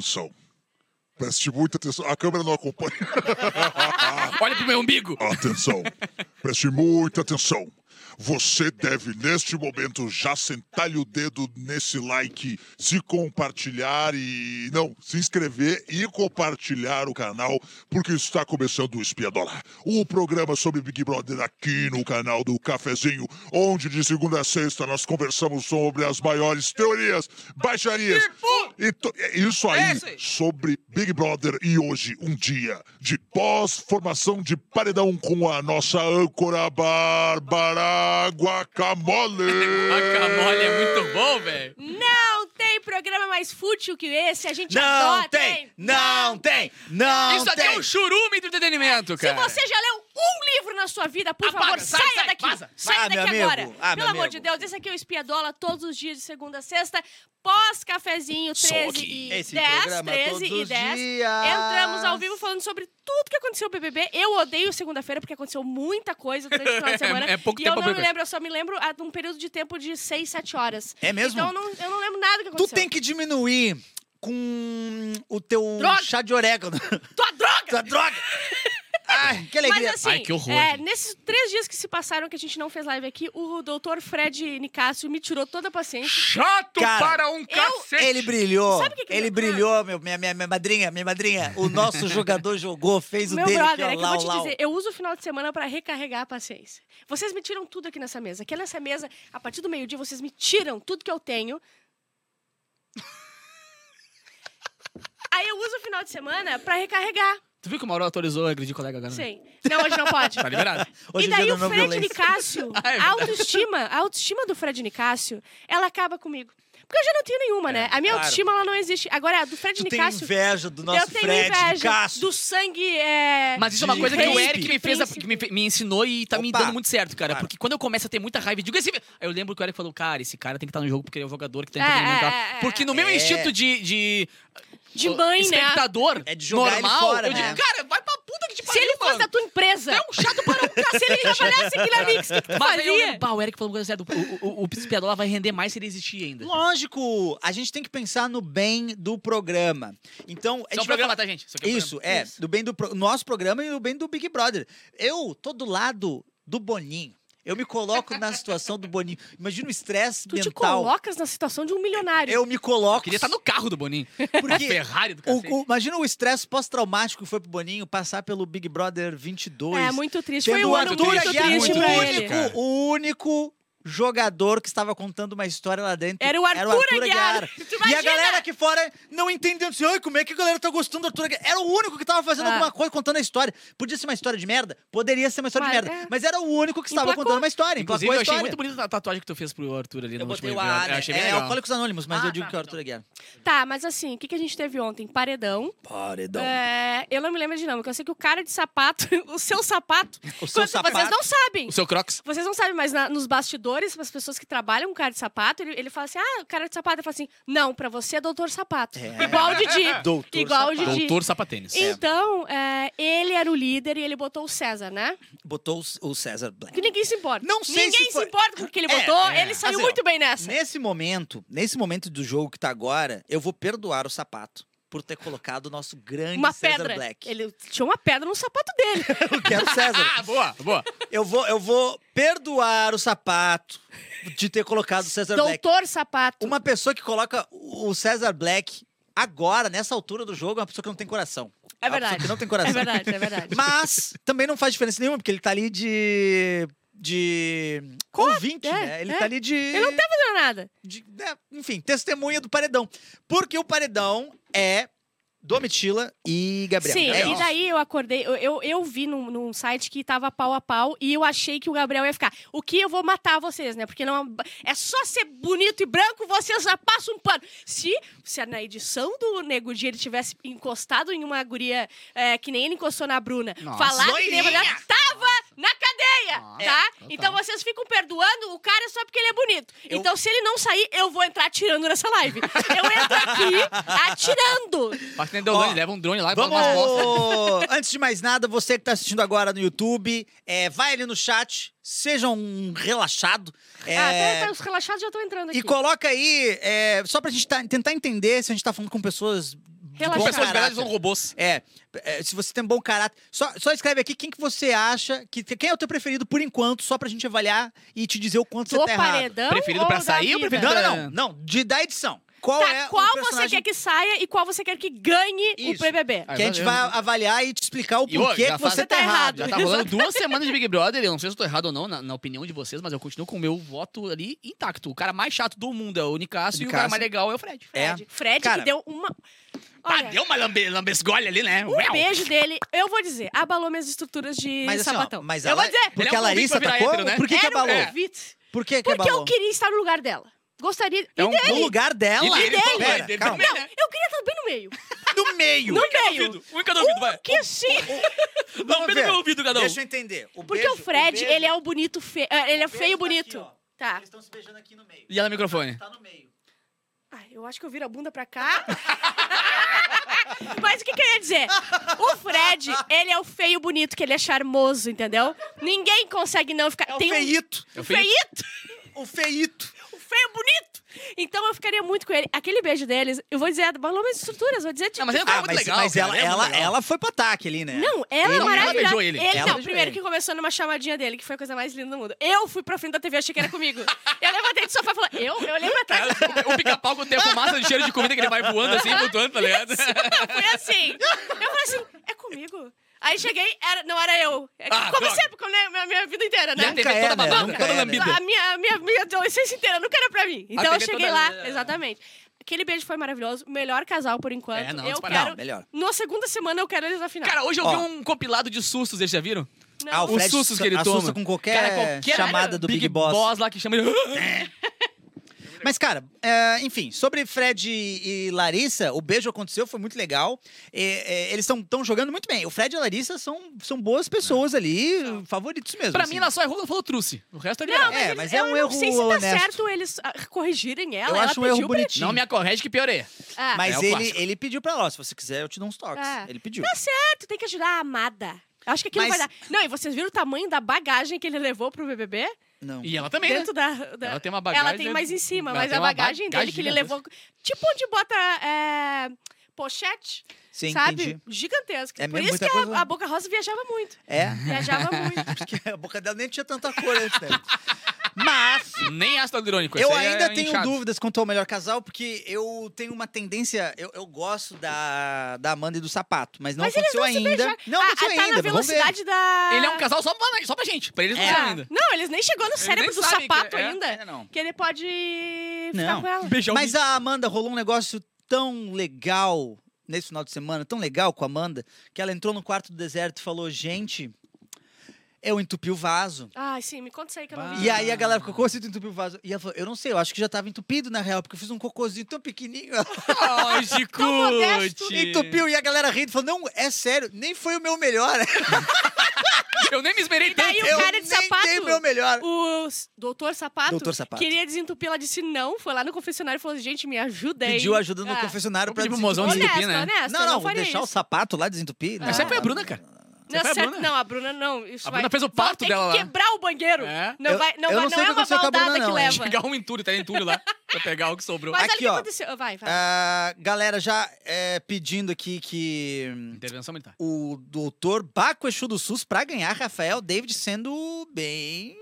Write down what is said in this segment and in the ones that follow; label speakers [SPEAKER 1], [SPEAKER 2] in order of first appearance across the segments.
[SPEAKER 1] chão. Preste muita atenção. A câmera não acompanha.
[SPEAKER 2] Olha pro meu umbigo.
[SPEAKER 1] Atenção. Preste muita atenção. Você deve, neste momento, já sentar-lhe o dedo nesse like, se compartilhar e. Não, se inscrever e compartilhar o canal, porque está começando o Espiadola. O programa sobre Big Brother aqui no canal do Cafezinho, onde de segunda a sexta nós conversamos sobre as maiores teorias, baixarias. E to- é isso aí,
[SPEAKER 2] É isso aí.
[SPEAKER 1] sobre Big Brother e hoje, um dia de pós-formação de paredão com a nossa âncora Bárbara Guacamole.
[SPEAKER 2] Guacamole é muito bom, velho.
[SPEAKER 3] Não tem programa mais fútil que esse, a gente
[SPEAKER 4] Não
[SPEAKER 3] adora.
[SPEAKER 4] tem, não tem, não
[SPEAKER 2] Isso aqui
[SPEAKER 4] tem.
[SPEAKER 2] é um churume do entretenimento,
[SPEAKER 3] Se
[SPEAKER 2] cara.
[SPEAKER 3] você já leu um livro na sua vida, por
[SPEAKER 2] Apaga,
[SPEAKER 3] favor,
[SPEAKER 2] sai,
[SPEAKER 3] saia
[SPEAKER 2] sai,
[SPEAKER 3] daqui.
[SPEAKER 2] vaza.
[SPEAKER 3] Saia
[SPEAKER 4] Ah, meu
[SPEAKER 3] daqui
[SPEAKER 4] amigo,
[SPEAKER 3] agora.
[SPEAKER 4] ah, meu
[SPEAKER 3] Pelo amor
[SPEAKER 4] amigo.
[SPEAKER 3] de Deus, esse aqui é o Espiadola todos os dias de segunda a sexta, pós-cafezinho,
[SPEAKER 2] Só
[SPEAKER 3] 13
[SPEAKER 2] aqui.
[SPEAKER 3] e
[SPEAKER 4] Esse
[SPEAKER 3] 10,
[SPEAKER 4] programa
[SPEAKER 3] 13
[SPEAKER 4] todos
[SPEAKER 3] e
[SPEAKER 4] os
[SPEAKER 3] 10.
[SPEAKER 4] dias.
[SPEAKER 3] Entramos ao vivo falando sobre tudo que aconteceu no BBB. Eu odeio segunda-feira porque aconteceu muita coisa durante o final de semana.
[SPEAKER 2] É- é pouco
[SPEAKER 3] e
[SPEAKER 2] tempo
[SPEAKER 3] eu
[SPEAKER 2] pra
[SPEAKER 3] não me
[SPEAKER 2] beber.
[SPEAKER 3] lembro, eu só me lembro ah, de um período de tempo de 6, 7 horas.
[SPEAKER 4] É mesmo?
[SPEAKER 3] Então eu não, eu não lembro nada que
[SPEAKER 4] Tu
[SPEAKER 3] aconteceu.
[SPEAKER 4] tem que diminuir com o teu
[SPEAKER 3] Droga.
[SPEAKER 4] chá de orégano.
[SPEAKER 3] Tua droga!
[SPEAKER 4] Tua droga! Ai, que alegria.
[SPEAKER 3] Mas assim,
[SPEAKER 2] Ai, que horror,
[SPEAKER 3] é,
[SPEAKER 2] gente.
[SPEAKER 3] nesses três dias que se passaram que a gente não fez live aqui, o doutor Fred Nicásio me tirou toda a paciência.
[SPEAKER 2] Chato
[SPEAKER 4] Cara,
[SPEAKER 2] para um cacete.
[SPEAKER 4] Ele brilhou.
[SPEAKER 3] é Sabe o que que
[SPEAKER 4] ele
[SPEAKER 3] eu-
[SPEAKER 4] brilhou, meu, minha, minha, minha madrinha, minha madrinha. O nosso jogador jogou, fez o
[SPEAKER 3] Meu
[SPEAKER 4] dele.
[SPEAKER 3] brother,
[SPEAKER 4] aqui, ó,
[SPEAKER 3] é que eu
[SPEAKER 4] lau,
[SPEAKER 3] vou te
[SPEAKER 4] lau.
[SPEAKER 3] dizer, eu uso o final de semana pra recarregar a paciência. Vocês me tiram tudo aqui nessa mesa. Aqui nessa mesa, a partir do meio-dia, vocês me tiram tudo que eu tenho. Aí eu uso o final de semana pra recarregar.
[SPEAKER 2] Tu viu que o Mauro autorizou a agredir colega agora? né?
[SPEAKER 3] Sim. Não, hoje não pode.
[SPEAKER 2] Tá liberado.
[SPEAKER 4] Hoje
[SPEAKER 3] e
[SPEAKER 4] em
[SPEAKER 3] daí
[SPEAKER 4] dia
[SPEAKER 3] o
[SPEAKER 4] não
[SPEAKER 3] Fred
[SPEAKER 4] violência.
[SPEAKER 3] Nicásio,
[SPEAKER 2] Ah, é
[SPEAKER 3] a
[SPEAKER 2] verdade.
[SPEAKER 3] autoestima, a autoestima do Fred Nicásio, ela acaba comigo. Porque eu já não tenho nenhuma, né? A minha
[SPEAKER 4] É, claro.
[SPEAKER 3] autoestima, ela não existe. Agora, a do Fred
[SPEAKER 4] Tu tem
[SPEAKER 3] Nicásio,
[SPEAKER 4] inveja do
[SPEAKER 3] eu
[SPEAKER 4] nosso
[SPEAKER 3] tenho
[SPEAKER 4] Fred
[SPEAKER 3] inveja
[SPEAKER 4] Cássio.
[SPEAKER 3] do sangue... É...
[SPEAKER 2] Mas isso é uma
[SPEAKER 4] De
[SPEAKER 2] coisa que o
[SPEAKER 4] príncipe.
[SPEAKER 2] Eric me fez, a- que me, fe- me ensinou e tá me
[SPEAKER 4] Opa.
[SPEAKER 2] dando muito certo, cara.
[SPEAKER 4] Claro.
[SPEAKER 2] Porque quando eu começo a ter muita raiva, eu digo assim, eu lembro que o Eric falou, cara, esse cara tem que estar no jogo porque ele é um jogador que tá
[SPEAKER 3] É,
[SPEAKER 2] entretenimento. e tal.
[SPEAKER 3] é, é, é.
[SPEAKER 2] Porque no meu
[SPEAKER 4] É.
[SPEAKER 2] instinto de, de,
[SPEAKER 3] De mãe, né?
[SPEAKER 2] espectador
[SPEAKER 4] É de jogar ele
[SPEAKER 2] normal,
[SPEAKER 4] fora,
[SPEAKER 2] eu digo,
[SPEAKER 4] né?
[SPEAKER 2] cara, vai pra puta que te
[SPEAKER 3] Se
[SPEAKER 2] pariu,
[SPEAKER 3] ele fosse
[SPEAKER 2] mano.
[SPEAKER 3] da tua empresa...
[SPEAKER 2] É um chato para um
[SPEAKER 3] Se ele trabalhasse aqui na Mix, o que, que tu
[SPEAKER 2] Mas aí é um eu
[SPEAKER 3] fazia?
[SPEAKER 2] lembro, pá, o Eric falou uma coisa certa. O, o, o, o Piadola vai render mais se ele existir ainda.
[SPEAKER 4] Lógico, a gente tem que pensar no bem do programa. Então, a
[SPEAKER 2] Isso é um
[SPEAKER 4] gente vai
[SPEAKER 2] programa, tá, gente? aqui é um
[SPEAKER 4] Isso, é.
[SPEAKER 3] Isso.
[SPEAKER 4] Do bem do pro- nosso programa e do bem do Big Brother. Eu tô do lado do Boninho. Eu me coloco na situação do Boninho. Imagina o estresse
[SPEAKER 3] Tu te
[SPEAKER 4] mental.
[SPEAKER 3] colocas na situação de um milionário.
[SPEAKER 4] Eu me
[SPEAKER 2] Eu
[SPEAKER 4] coloco.
[SPEAKER 2] queria estar no assim. carro do Boninho.
[SPEAKER 4] É
[SPEAKER 2] A
[SPEAKER 4] Porque
[SPEAKER 2] Ferrari do
[SPEAKER 4] o-
[SPEAKER 2] cacete.
[SPEAKER 4] o- imagina o estresse pós-traumático que foi pro Boninho passar pelo Big Brother 22.
[SPEAKER 3] É, muito triste.
[SPEAKER 4] Tendo é
[SPEAKER 3] Foi um
[SPEAKER 4] o
[SPEAKER 3] ano
[SPEAKER 4] Arthur
[SPEAKER 3] muito
[SPEAKER 4] Aguiar,
[SPEAKER 3] triste
[SPEAKER 4] o
[SPEAKER 3] pra
[SPEAKER 4] único,
[SPEAKER 3] ele.
[SPEAKER 2] cara.
[SPEAKER 4] o único jogador que estava contando uma história lá dentro.
[SPEAKER 3] Era o Arthur Aguiar. Tu
[SPEAKER 4] E
[SPEAKER 3] imagina?
[SPEAKER 4] a galera aqui fora não entendendo assim, "Ai, como é que a galera tá gostando do Arthur Aguiar? Era o único que tava fazendo
[SPEAKER 3] Ah.
[SPEAKER 4] alguma coisa, contando a história. Podia ser uma história de merda? Poderia ser uma história
[SPEAKER 3] Mas
[SPEAKER 4] de merda.
[SPEAKER 3] é.
[SPEAKER 4] Mas era o único que estava
[SPEAKER 3] Emplacou.
[SPEAKER 4] contando uma história.
[SPEAKER 2] Inclusive,
[SPEAKER 4] Emplacou
[SPEAKER 2] eu
[SPEAKER 4] a
[SPEAKER 2] achei
[SPEAKER 4] história.
[SPEAKER 2] muito bonita a tatuagem que tu fez pro Arthur ali
[SPEAKER 4] Eu
[SPEAKER 2] no último
[SPEAKER 4] botei o
[SPEAKER 2] episódio.
[SPEAKER 4] A,
[SPEAKER 2] Eu
[SPEAKER 4] né?
[SPEAKER 2] achei bem
[SPEAKER 4] É,
[SPEAKER 2] legal.
[SPEAKER 4] Alcoólicos Anônimos, mas
[SPEAKER 2] Ah,
[SPEAKER 4] eu digo
[SPEAKER 2] tá,
[SPEAKER 4] que é o
[SPEAKER 2] tá.
[SPEAKER 4] Arthur Aguiar.
[SPEAKER 3] Tá, mas assim, o que, que a gente teve ontem? Paredão.
[SPEAKER 4] Paredão.
[SPEAKER 3] É, eu não me lembro a dinâmica. Eu sei que o cara de sapato, o seu sapato.
[SPEAKER 4] O seu
[SPEAKER 3] quando-
[SPEAKER 4] sapato.
[SPEAKER 3] Vocês não sabem.
[SPEAKER 2] O seu Crocs?
[SPEAKER 3] Vocês não sabem, mas na- nos bastidores, as pessoas que trabalham com cara de sapato, ele, ele fala assim: ah, o cara de sapato. Ele fala assim: não, pra você é doutor sapato.
[SPEAKER 4] É.
[SPEAKER 3] Igual o Didi.
[SPEAKER 4] Doutor
[SPEAKER 3] Igual o
[SPEAKER 4] sapato.
[SPEAKER 3] Didi.
[SPEAKER 2] Doutor Sapatênis.
[SPEAKER 3] Então, é, ele era o líder e ele botou o César, né?
[SPEAKER 4] Botou o César Black.
[SPEAKER 3] Que ninguém se importa.
[SPEAKER 4] Não sei se
[SPEAKER 3] Ninguém se,
[SPEAKER 4] foi-
[SPEAKER 3] importa com o que ele
[SPEAKER 4] É,
[SPEAKER 3] botou,
[SPEAKER 2] é.
[SPEAKER 3] ele saiu
[SPEAKER 4] Assim, ó,
[SPEAKER 3] muito bem nessa.
[SPEAKER 4] Nesse momento, nesse momento do jogo que tá agora, eu vou perdoar o sapato por ter colocado o nosso grande
[SPEAKER 3] Uma
[SPEAKER 4] César
[SPEAKER 3] pedra.
[SPEAKER 4] Black.
[SPEAKER 3] Ele tinha uma pedra no sapato dele.
[SPEAKER 4] Eu quero César.
[SPEAKER 2] Ah, boa, boa.
[SPEAKER 4] Eu vou, eu vou perdoar o sapato de ter colocado o César Black.
[SPEAKER 3] Doutor sapato.
[SPEAKER 4] Uma pessoa que coloca o César Black agora, nessa altura do jogo, é uma pessoa que não tem coração.
[SPEAKER 3] É
[SPEAKER 4] uma pessoa
[SPEAKER 3] verdade.
[SPEAKER 4] que não tem
[SPEAKER 3] É
[SPEAKER 4] coração.
[SPEAKER 3] verdade, é verdade.
[SPEAKER 4] Mas também não faz diferença nenhuma, porque ele tá ali de. de. ouvinte,
[SPEAKER 3] é,
[SPEAKER 4] né? Ele
[SPEAKER 3] é.
[SPEAKER 4] tá ali de.
[SPEAKER 3] Ele não tá fazendo nada.
[SPEAKER 4] de- né, Enfim, testemunha do paredão. Porque o paredão é Domitila e Gabriel.
[SPEAKER 3] Sim,
[SPEAKER 4] É
[SPEAKER 3] e
[SPEAKER 4] isso.
[SPEAKER 3] daí eu acordei, eu, eu, eu vi num, num site que tava pau a pau e eu achei que o Gabriel ia ficar. O que eu vou matar vocês, né? Porque não é só ser bonito e branco, vocês já passam um pano. Se, se na edição do Nego Dia ele tivesse encostado em uma guria é, que nem ele encostou na Bruna,
[SPEAKER 2] Nossa,
[SPEAKER 3] falar que nem a
[SPEAKER 4] loirinha!
[SPEAKER 3] Bruna, tava na cadeia,
[SPEAKER 2] Nossa,
[SPEAKER 3] tá?
[SPEAKER 2] total.
[SPEAKER 3] Então vocês ficam perdoando o cara só porque ele é bonito.
[SPEAKER 4] Eu-
[SPEAKER 3] Então se ele não sair, eu vou entrar atirando nessa live. eu entro aqui atirando.
[SPEAKER 2] Passa que nem Deolane,
[SPEAKER 4] Ó,
[SPEAKER 2] leva um drone lá e bota umas bosta.
[SPEAKER 4] Vamos! Antes de mais nada, você que tá assistindo agora no YouTube, é, vai ali no chat, seja um relaxado. é,
[SPEAKER 3] Ah, até, até os relaxados já estão entrando aqui.
[SPEAKER 4] e coloca aí, é, só pra gente tá- tentar entender se a gente tá falando com pessoas Bom
[SPEAKER 2] Pessoas
[SPEAKER 3] Relaxar.
[SPEAKER 4] cara.
[SPEAKER 2] verdadeiras são robôs.
[SPEAKER 4] É, é, se você tem um bom caráter. Só, só escreve aqui quem que você acha, que, quem é o teu preferido por enquanto, só pra gente avaliar e te dizer o quanto
[SPEAKER 3] Do
[SPEAKER 4] você tá errado.
[SPEAKER 3] paredão
[SPEAKER 2] Preferido
[SPEAKER 3] ou
[SPEAKER 2] pra
[SPEAKER 3] da
[SPEAKER 2] sair ou
[SPEAKER 3] vida?
[SPEAKER 2] preferido
[SPEAKER 4] Não,
[SPEAKER 2] pra-
[SPEAKER 4] não, não. Não, de, da edição. Qual
[SPEAKER 3] Tá,
[SPEAKER 4] é o
[SPEAKER 3] qual você
[SPEAKER 4] personagem
[SPEAKER 3] quer que saia e qual você quer que ganhe
[SPEAKER 4] Isso.
[SPEAKER 3] o BBB?
[SPEAKER 2] Ah,
[SPEAKER 4] que a gente vai avaliar e te explicar o
[SPEAKER 2] E, ô,
[SPEAKER 4] porquê
[SPEAKER 2] já
[SPEAKER 4] que você
[SPEAKER 2] faz-
[SPEAKER 4] tá
[SPEAKER 3] Tá
[SPEAKER 4] errado.
[SPEAKER 3] errado.
[SPEAKER 2] Já tá rolando duas semanas de Big Brother. Eu não sei se eu tô errado ou não, na, na opinião de vocês, mas eu continuo com o meu voto ali intacto. O cara mais chato do mundo é o Nicasso e o
[SPEAKER 4] Nicasso.
[SPEAKER 2] cara mais legal é o Fred.
[SPEAKER 4] É.
[SPEAKER 3] Fred, Fred
[SPEAKER 4] Cara.
[SPEAKER 3] que deu uma.
[SPEAKER 2] Ah,
[SPEAKER 3] Olha,
[SPEAKER 2] deu uma lambe, lambesgolha ali, né?
[SPEAKER 3] um beijo dele, eu vou dizer, abalou minhas estruturas de
[SPEAKER 4] Mas assim,
[SPEAKER 3] sapatão.
[SPEAKER 4] ó, mas
[SPEAKER 3] eu
[SPEAKER 4] ela,
[SPEAKER 3] vou dizer,
[SPEAKER 4] porque
[SPEAKER 2] Ele é um
[SPEAKER 4] a
[SPEAKER 2] convite
[SPEAKER 4] Larissa
[SPEAKER 2] pra virar
[SPEAKER 4] atacou?
[SPEAKER 2] hétero, né?
[SPEAKER 4] Por que que
[SPEAKER 3] era um
[SPEAKER 4] abalou?
[SPEAKER 3] convite.
[SPEAKER 4] Por que que
[SPEAKER 3] Porque
[SPEAKER 4] abalou?
[SPEAKER 3] eu queria estar no lugar dela. Gostaria.
[SPEAKER 2] É um
[SPEAKER 3] e
[SPEAKER 4] No
[SPEAKER 3] dele?
[SPEAKER 4] lugar dela?
[SPEAKER 2] E dele,
[SPEAKER 4] Pera,
[SPEAKER 2] vai, dele
[SPEAKER 4] calma.
[SPEAKER 2] também.
[SPEAKER 3] Não, eu queria estar bem no meio.
[SPEAKER 4] No meio.
[SPEAKER 3] No
[SPEAKER 2] Cada
[SPEAKER 3] meio.
[SPEAKER 2] ouvido. Um em cada ouvido, vai.
[SPEAKER 3] Que sim.
[SPEAKER 2] Lambe no
[SPEAKER 4] ver.
[SPEAKER 2] meu ouvido, cada um.
[SPEAKER 4] Deixa eu entender. O
[SPEAKER 3] Porque
[SPEAKER 4] beijo-
[SPEAKER 3] o Fred,
[SPEAKER 4] beijo-
[SPEAKER 3] ele é o bonito feio. ah, Ele é
[SPEAKER 4] o beijo
[SPEAKER 3] feio e
[SPEAKER 4] tá
[SPEAKER 3] bonito.
[SPEAKER 4] aqui, ó.
[SPEAKER 3] tá.
[SPEAKER 4] Eles estão se beijando aqui no meio.
[SPEAKER 2] E ela no microfone.
[SPEAKER 4] Tá no meio.
[SPEAKER 3] Ai, eu acho que eu viro a bunda pra cá.
[SPEAKER 4] Ah!
[SPEAKER 3] Mas o que, que eu ia dizer? O Fred, ele é o feio bonito, que ele é charmoso, entendeu? Ninguém consegue não ficar.
[SPEAKER 4] É o
[SPEAKER 3] Tem
[SPEAKER 4] feito.
[SPEAKER 2] É
[SPEAKER 3] Um...
[SPEAKER 2] o
[SPEAKER 3] O
[SPEAKER 2] feio.
[SPEAKER 3] feito,
[SPEAKER 4] O feito.
[SPEAKER 3] o feio bonito. Então eu ficaria muito com ele. Aquele beijo deles, eu vou dizer, balou minhas estruturas, vou dizer, tipo.
[SPEAKER 2] Não, mas ele é um cara
[SPEAKER 4] Ah,
[SPEAKER 2] muito
[SPEAKER 4] mas,
[SPEAKER 2] legal.
[SPEAKER 4] mas
[SPEAKER 2] cara,
[SPEAKER 4] ela,
[SPEAKER 2] ele é muito
[SPEAKER 4] ela,
[SPEAKER 2] legal.
[SPEAKER 4] ela foi pro ataque ali, né?
[SPEAKER 3] Não, ela
[SPEAKER 4] Ele-
[SPEAKER 3] é maravilhosa.
[SPEAKER 2] ela beijou ele. Ela
[SPEAKER 3] não,
[SPEAKER 4] beijou
[SPEAKER 3] primeiro
[SPEAKER 4] ele.
[SPEAKER 3] que começou numa chamadinha dele, que foi a coisa mais linda do mundo. Eu fui pra frente da TV, achei que era comigo. eu levantei do sofá e falei, eu? Eu olhei pra trás.
[SPEAKER 2] O o pica-pau quando tem a fumaça de cheiro de comida que ele vai voando assim, flutuando, tá ligado?
[SPEAKER 3] Foi assim. Eu falei assim, é comigo? Aí cheguei, era- não era eu. É,
[SPEAKER 2] Ah,
[SPEAKER 3] como
[SPEAKER 2] droga. Tá
[SPEAKER 3] sempre, como na minha, minha vida
[SPEAKER 2] E
[SPEAKER 3] inteira,
[SPEAKER 2] a
[SPEAKER 3] né?
[SPEAKER 2] TV
[SPEAKER 4] é,
[SPEAKER 2] toda
[SPEAKER 4] né?
[SPEAKER 2] babando,
[SPEAKER 4] Nunca
[SPEAKER 2] toda
[SPEAKER 4] é, né?
[SPEAKER 2] lambida.
[SPEAKER 3] A minha, a minha, minha adolescência inteira nunca era pra mim. Então eu
[SPEAKER 2] TV
[SPEAKER 3] cheguei
[SPEAKER 2] é toda-
[SPEAKER 3] lá, exatamente. Aquele beijo foi maravilhoso. Melhor casal por enquanto.
[SPEAKER 2] É, não,
[SPEAKER 3] eu
[SPEAKER 2] disparado.
[SPEAKER 3] quero.
[SPEAKER 4] Não, melhor.
[SPEAKER 3] Na segunda semana eu quero eles na final.
[SPEAKER 2] Cara, hoje eu
[SPEAKER 4] Ó.
[SPEAKER 2] vi um compilado de sustos, vocês já viram?
[SPEAKER 3] Não.
[SPEAKER 4] Ah, o
[SPEAKER 2] Os
[SPEAKER 4] Fred
[SPEAKER 2] sustos que ele
[SPEAKER 4] assusta
[SPEAKER 2] toma.
[SPEAKER 4] com qualquer,
[SPEAKER 2] Cara,
[SPEAKER 3] é
[SPEAKER 2] qualquer-
[SPEAKER 4] chamada do Big, Boss.
[SPEAKER 2] lá que chama ele.
[SPEAKER 4] Mas, cara, é, enfim, sobre Fred e Larissa, o beijo aconteceu, foi muito legal. É, é, eles estão jogando muito bem. O Fred e a Larissa são, são
[SPEAKER 3] É.
[SPEAKER 4] boas pessoas ali, favoritos mesmo.
[SPEAKER 2] Pra
[SPEAKER 4] assim.
[SPEAKER 2] mim, ela só errou quando falou truce. O resto é
[SPEAKER 3] Não,
[SPEAKER 2] liberado.
[SPEAKER 3] mas,
[SPEAKER 4] É,
[SPEAKER 3] eles-
[SPEAKER 4] mas é
[SPEAKER 3] eu
[SPEAKER 4] um
[SPEAKER 3] não
[SPEAKER 4] erro
[SPEAKER 3] sei se tá
[SPEAKER 4] honesto.
[SPEAKER 3] certo eles ah, corrigirem ela.
[SPEAKER 4] Eu
[SPEAKER 3] ela
[SPEAKER 4] acho um
[SPEAKER 3] pediu
[SPEAKER 4] erro
[SPEAKER 3] pra ti.
[SPEAKER 4] bonitinho.
[SPEAKER 2] Não me acorrege que piorei.
[SPEAKER 3] Ah,
[SPEAKER 4] Mas
[SPEAKER 2] É o
[SPEAKER 4] ele,
[SPEAKER 2] clássico.
[SPEAKER 4] ele pediu pra ela, ó, se você quiser, eu te dou uns toques.
[SPEAKER 3] É.
[SPEAKER 4] Ele pediu.
[SPEAKER 3] Tá certo, tem que ajudar a amada. Eu Acho que aquilo
[SPEAKER 4] Mas-
[SPEAKER 3] vai dar. Não, e vocês viram o tamanho da bagagem que ele levou pro BBB?
[SPEAKER 4] Não.
[SPEAKER 2] E ela também, né?
[SPEAKER 3] Dentro da, da-
[SPEAKER 2] Ela tem uma bagagem- é
[SPEAKER 3] Ela tem mais em cima,
[SPEAKER 2] Ela
[SPEAKER 3] mas
[SPEAKER 2] tem
[SPEAKER 3] a
[SPEAKER 2] uma
[SPEAKER 3] bagagem dele que ele
[SPEAKER 2] bagagem
[SPEAKER 3] levou. Tipo onde bota é, pochete,
[SPEAKER 4] Sim,
[SPEAKER 3] sabe?
[SPEAKER 4] entendi.
[SPEAKER 3] Gigantesca.
[SPEAKER 4] É
[SPEAKER 3] Por
[SPEAKER 4] mesmo,
[SPEAKER 3] isso que
[SPEAKER 4] muita coisa.
[SPEAKER 3] a, a Boca Rosa viajava muito.
[SPEAKER 4] É.
[SPEAKER 3] Viajava muito.
[SPEAKER 4] Porque a boca dela nem tinha tanta cor antes, né? Mas
[SPEAKER 2] né? Nem ácido irônico.
[SPEAKER 4] eu
[SPEAKER 2] esse aí é
[SPEAKER 4] ainda tenho
[SPEAKER 2] inchado.
[SPEAKER 4] dúvidas quanto ao melhor casal, porque eu tenho uma tendência. Eu, eu gosto da, da Amanda e do sapato, mas não
[SPEAKER 3] Mas eles
[SPEAKER 4] aconteceu
[SPEAKER 3] não se
[SPEAKER 4] ainda.
[SPEAKER 3] beijaram.
[SPEAKER 4] não
[SPEAKER 3] Ah,
[SPEAKER 4] aconteceu
[SPEAKER 3] ah, tá
[SPEAKER 4] ainda.
[SPEAKER 3] na
[SPEAKER 4] vamos ver.
[SPEAKER 3] velocidade da.
[SPEAKER 2] Ele é um casal só pra, só pra gente. Pra eles não
[SPEAKER 3] É.
[SPEAKER 2] são ainda.
[SPEAKER 3] Não, eles nem chegou no cérebro
[SPEAKER 2] nem
[SPEAKER 3] do
[SPEAKER 2] sabem que-
[SPEAKER 3] sapato
[SPEAKER 2] é,
[SPEAKER 3] ainda.
[SPEAKER 4] ainda não.
[SPEAKER 3] Que ele pode ficar
[SPEAKER 4] Não.
[SPEAKER 3] com ela.
[SPEAKER 2] Beijão.
[SPEAKER 4] Mas a Amanda rolou um negócio tão legal nesse final de semana, tão legal com a Amanda, que ela entrou no quarto do deserto e falou: gente, eu entupi o vaso.
[SPEAKER 3] Ai, sim, me conta isso aí que eu não vi.
[SPEAKER 4] E aí a galera ficou, como assim tu entupiu o vaso? E ela falou, eu não sei, eu acho que já tava entupido, na real, porque eu fiz um cocôzinho tão pequenininho. Ela
[SPEAKER 2] Lógico.
[SPEAKER 3] Tão modesto.
[SPEAKER 4] entupiu e a galera rindo, falou, não, é sério, nem foi o meu melhor.
[SPEAKER 2] Eu nem me esperei tanto.
[SPEAKER 3] daí o
[SPEAKER 4] eu
[SPEAKER 3] cara de
[SPEAKER 4] nem
[SPEAKER 3] sapato?
[SPEAKER 4] dei o meu melhor.
[SPEAKER 3] O s- doutor Sapato,
[SPEAKER 4] Doutor Sapato.
[SPEAKER 3] queria desentupir, ela disse não, foi lá no confessionário e falou, gente, me ajuda aí.
[SPEAKER 4] Pediu ajuda no
[SPEAKER 3] Ah,
[SPEAKER 4] confessionário
[SPEAKER 2] Vou
[SPEAKER 4] pra
[SPEAKER 2] pedir pro mozão
[SPEAKER 4] desentupir.
[SPEAKER 3] Honesta,
[SPEAKER 2] desentupir, né?
[SPEAKER 3] honesta,
[SPEAKER 4] Não,
[SPEAKER 3] eu
[SPEAKER 4] não, vou
[SPEAKER 3] faria
[SPEAKER 4] deixar o
[SPEAKER 3] isso.
[SPEAKER 4] sapato lá desentupir. né?
[SPEAKER 2] Essa aí foi a Bruna, cara.
[SPEAKER 3] Não,
[SPEAKER 2] foi a
[SPEAKER 3] certo,
[SPEAKER 2] Bruna.
[SPEAKER 3] não, a Bruna não. Isso
[SPEAKER 2] A Bruna
[SPEAKER 3] vai-
[SPEAKER 2] fez o
[SPEAKER 3] vai
[SPEAKER 2] parto
[SPEAKER 3] ter
[SPEAKER 2] dela lá.
[SPEAKER 3] que quebrar o banheiro.
[SPEAKER 2] É.
[SPEAKER 3] Não,
[SPEAKER 4] Eu-
[SPEAKER 3] vai, não,
[SPEAKER 4] eu
[SPEAKER 3] vai-
[SPEAKER 4] não sei o que
[SPEAKER 3] é uma
[SPEAKER 4] aconteceu com a Bruna,
[SPEAKER 3] baldada que
[SPEAKER 4] não, hein?
[SPEAKER 3] leva.
[SPEAKER 2] Pegar um entulho, tá entulho lá. Pra pegar o que sobrou.
[SPEAKER 3] Mas olha o
[SPEAKER 4] Aqui,
[SPEAKER 3] que
[SPEAKER 4] ó.
[SPEAKER 3] aconteceu. Vai, vai.
[SPEAKER 4] Ah, galera, já é, pedindo aqui que hum,
[SPEAKER 2] Intervenção militar.
[SPEAKER 4] o doutor Baco Exu do SUS pra ganhar Rafael David sendo bem...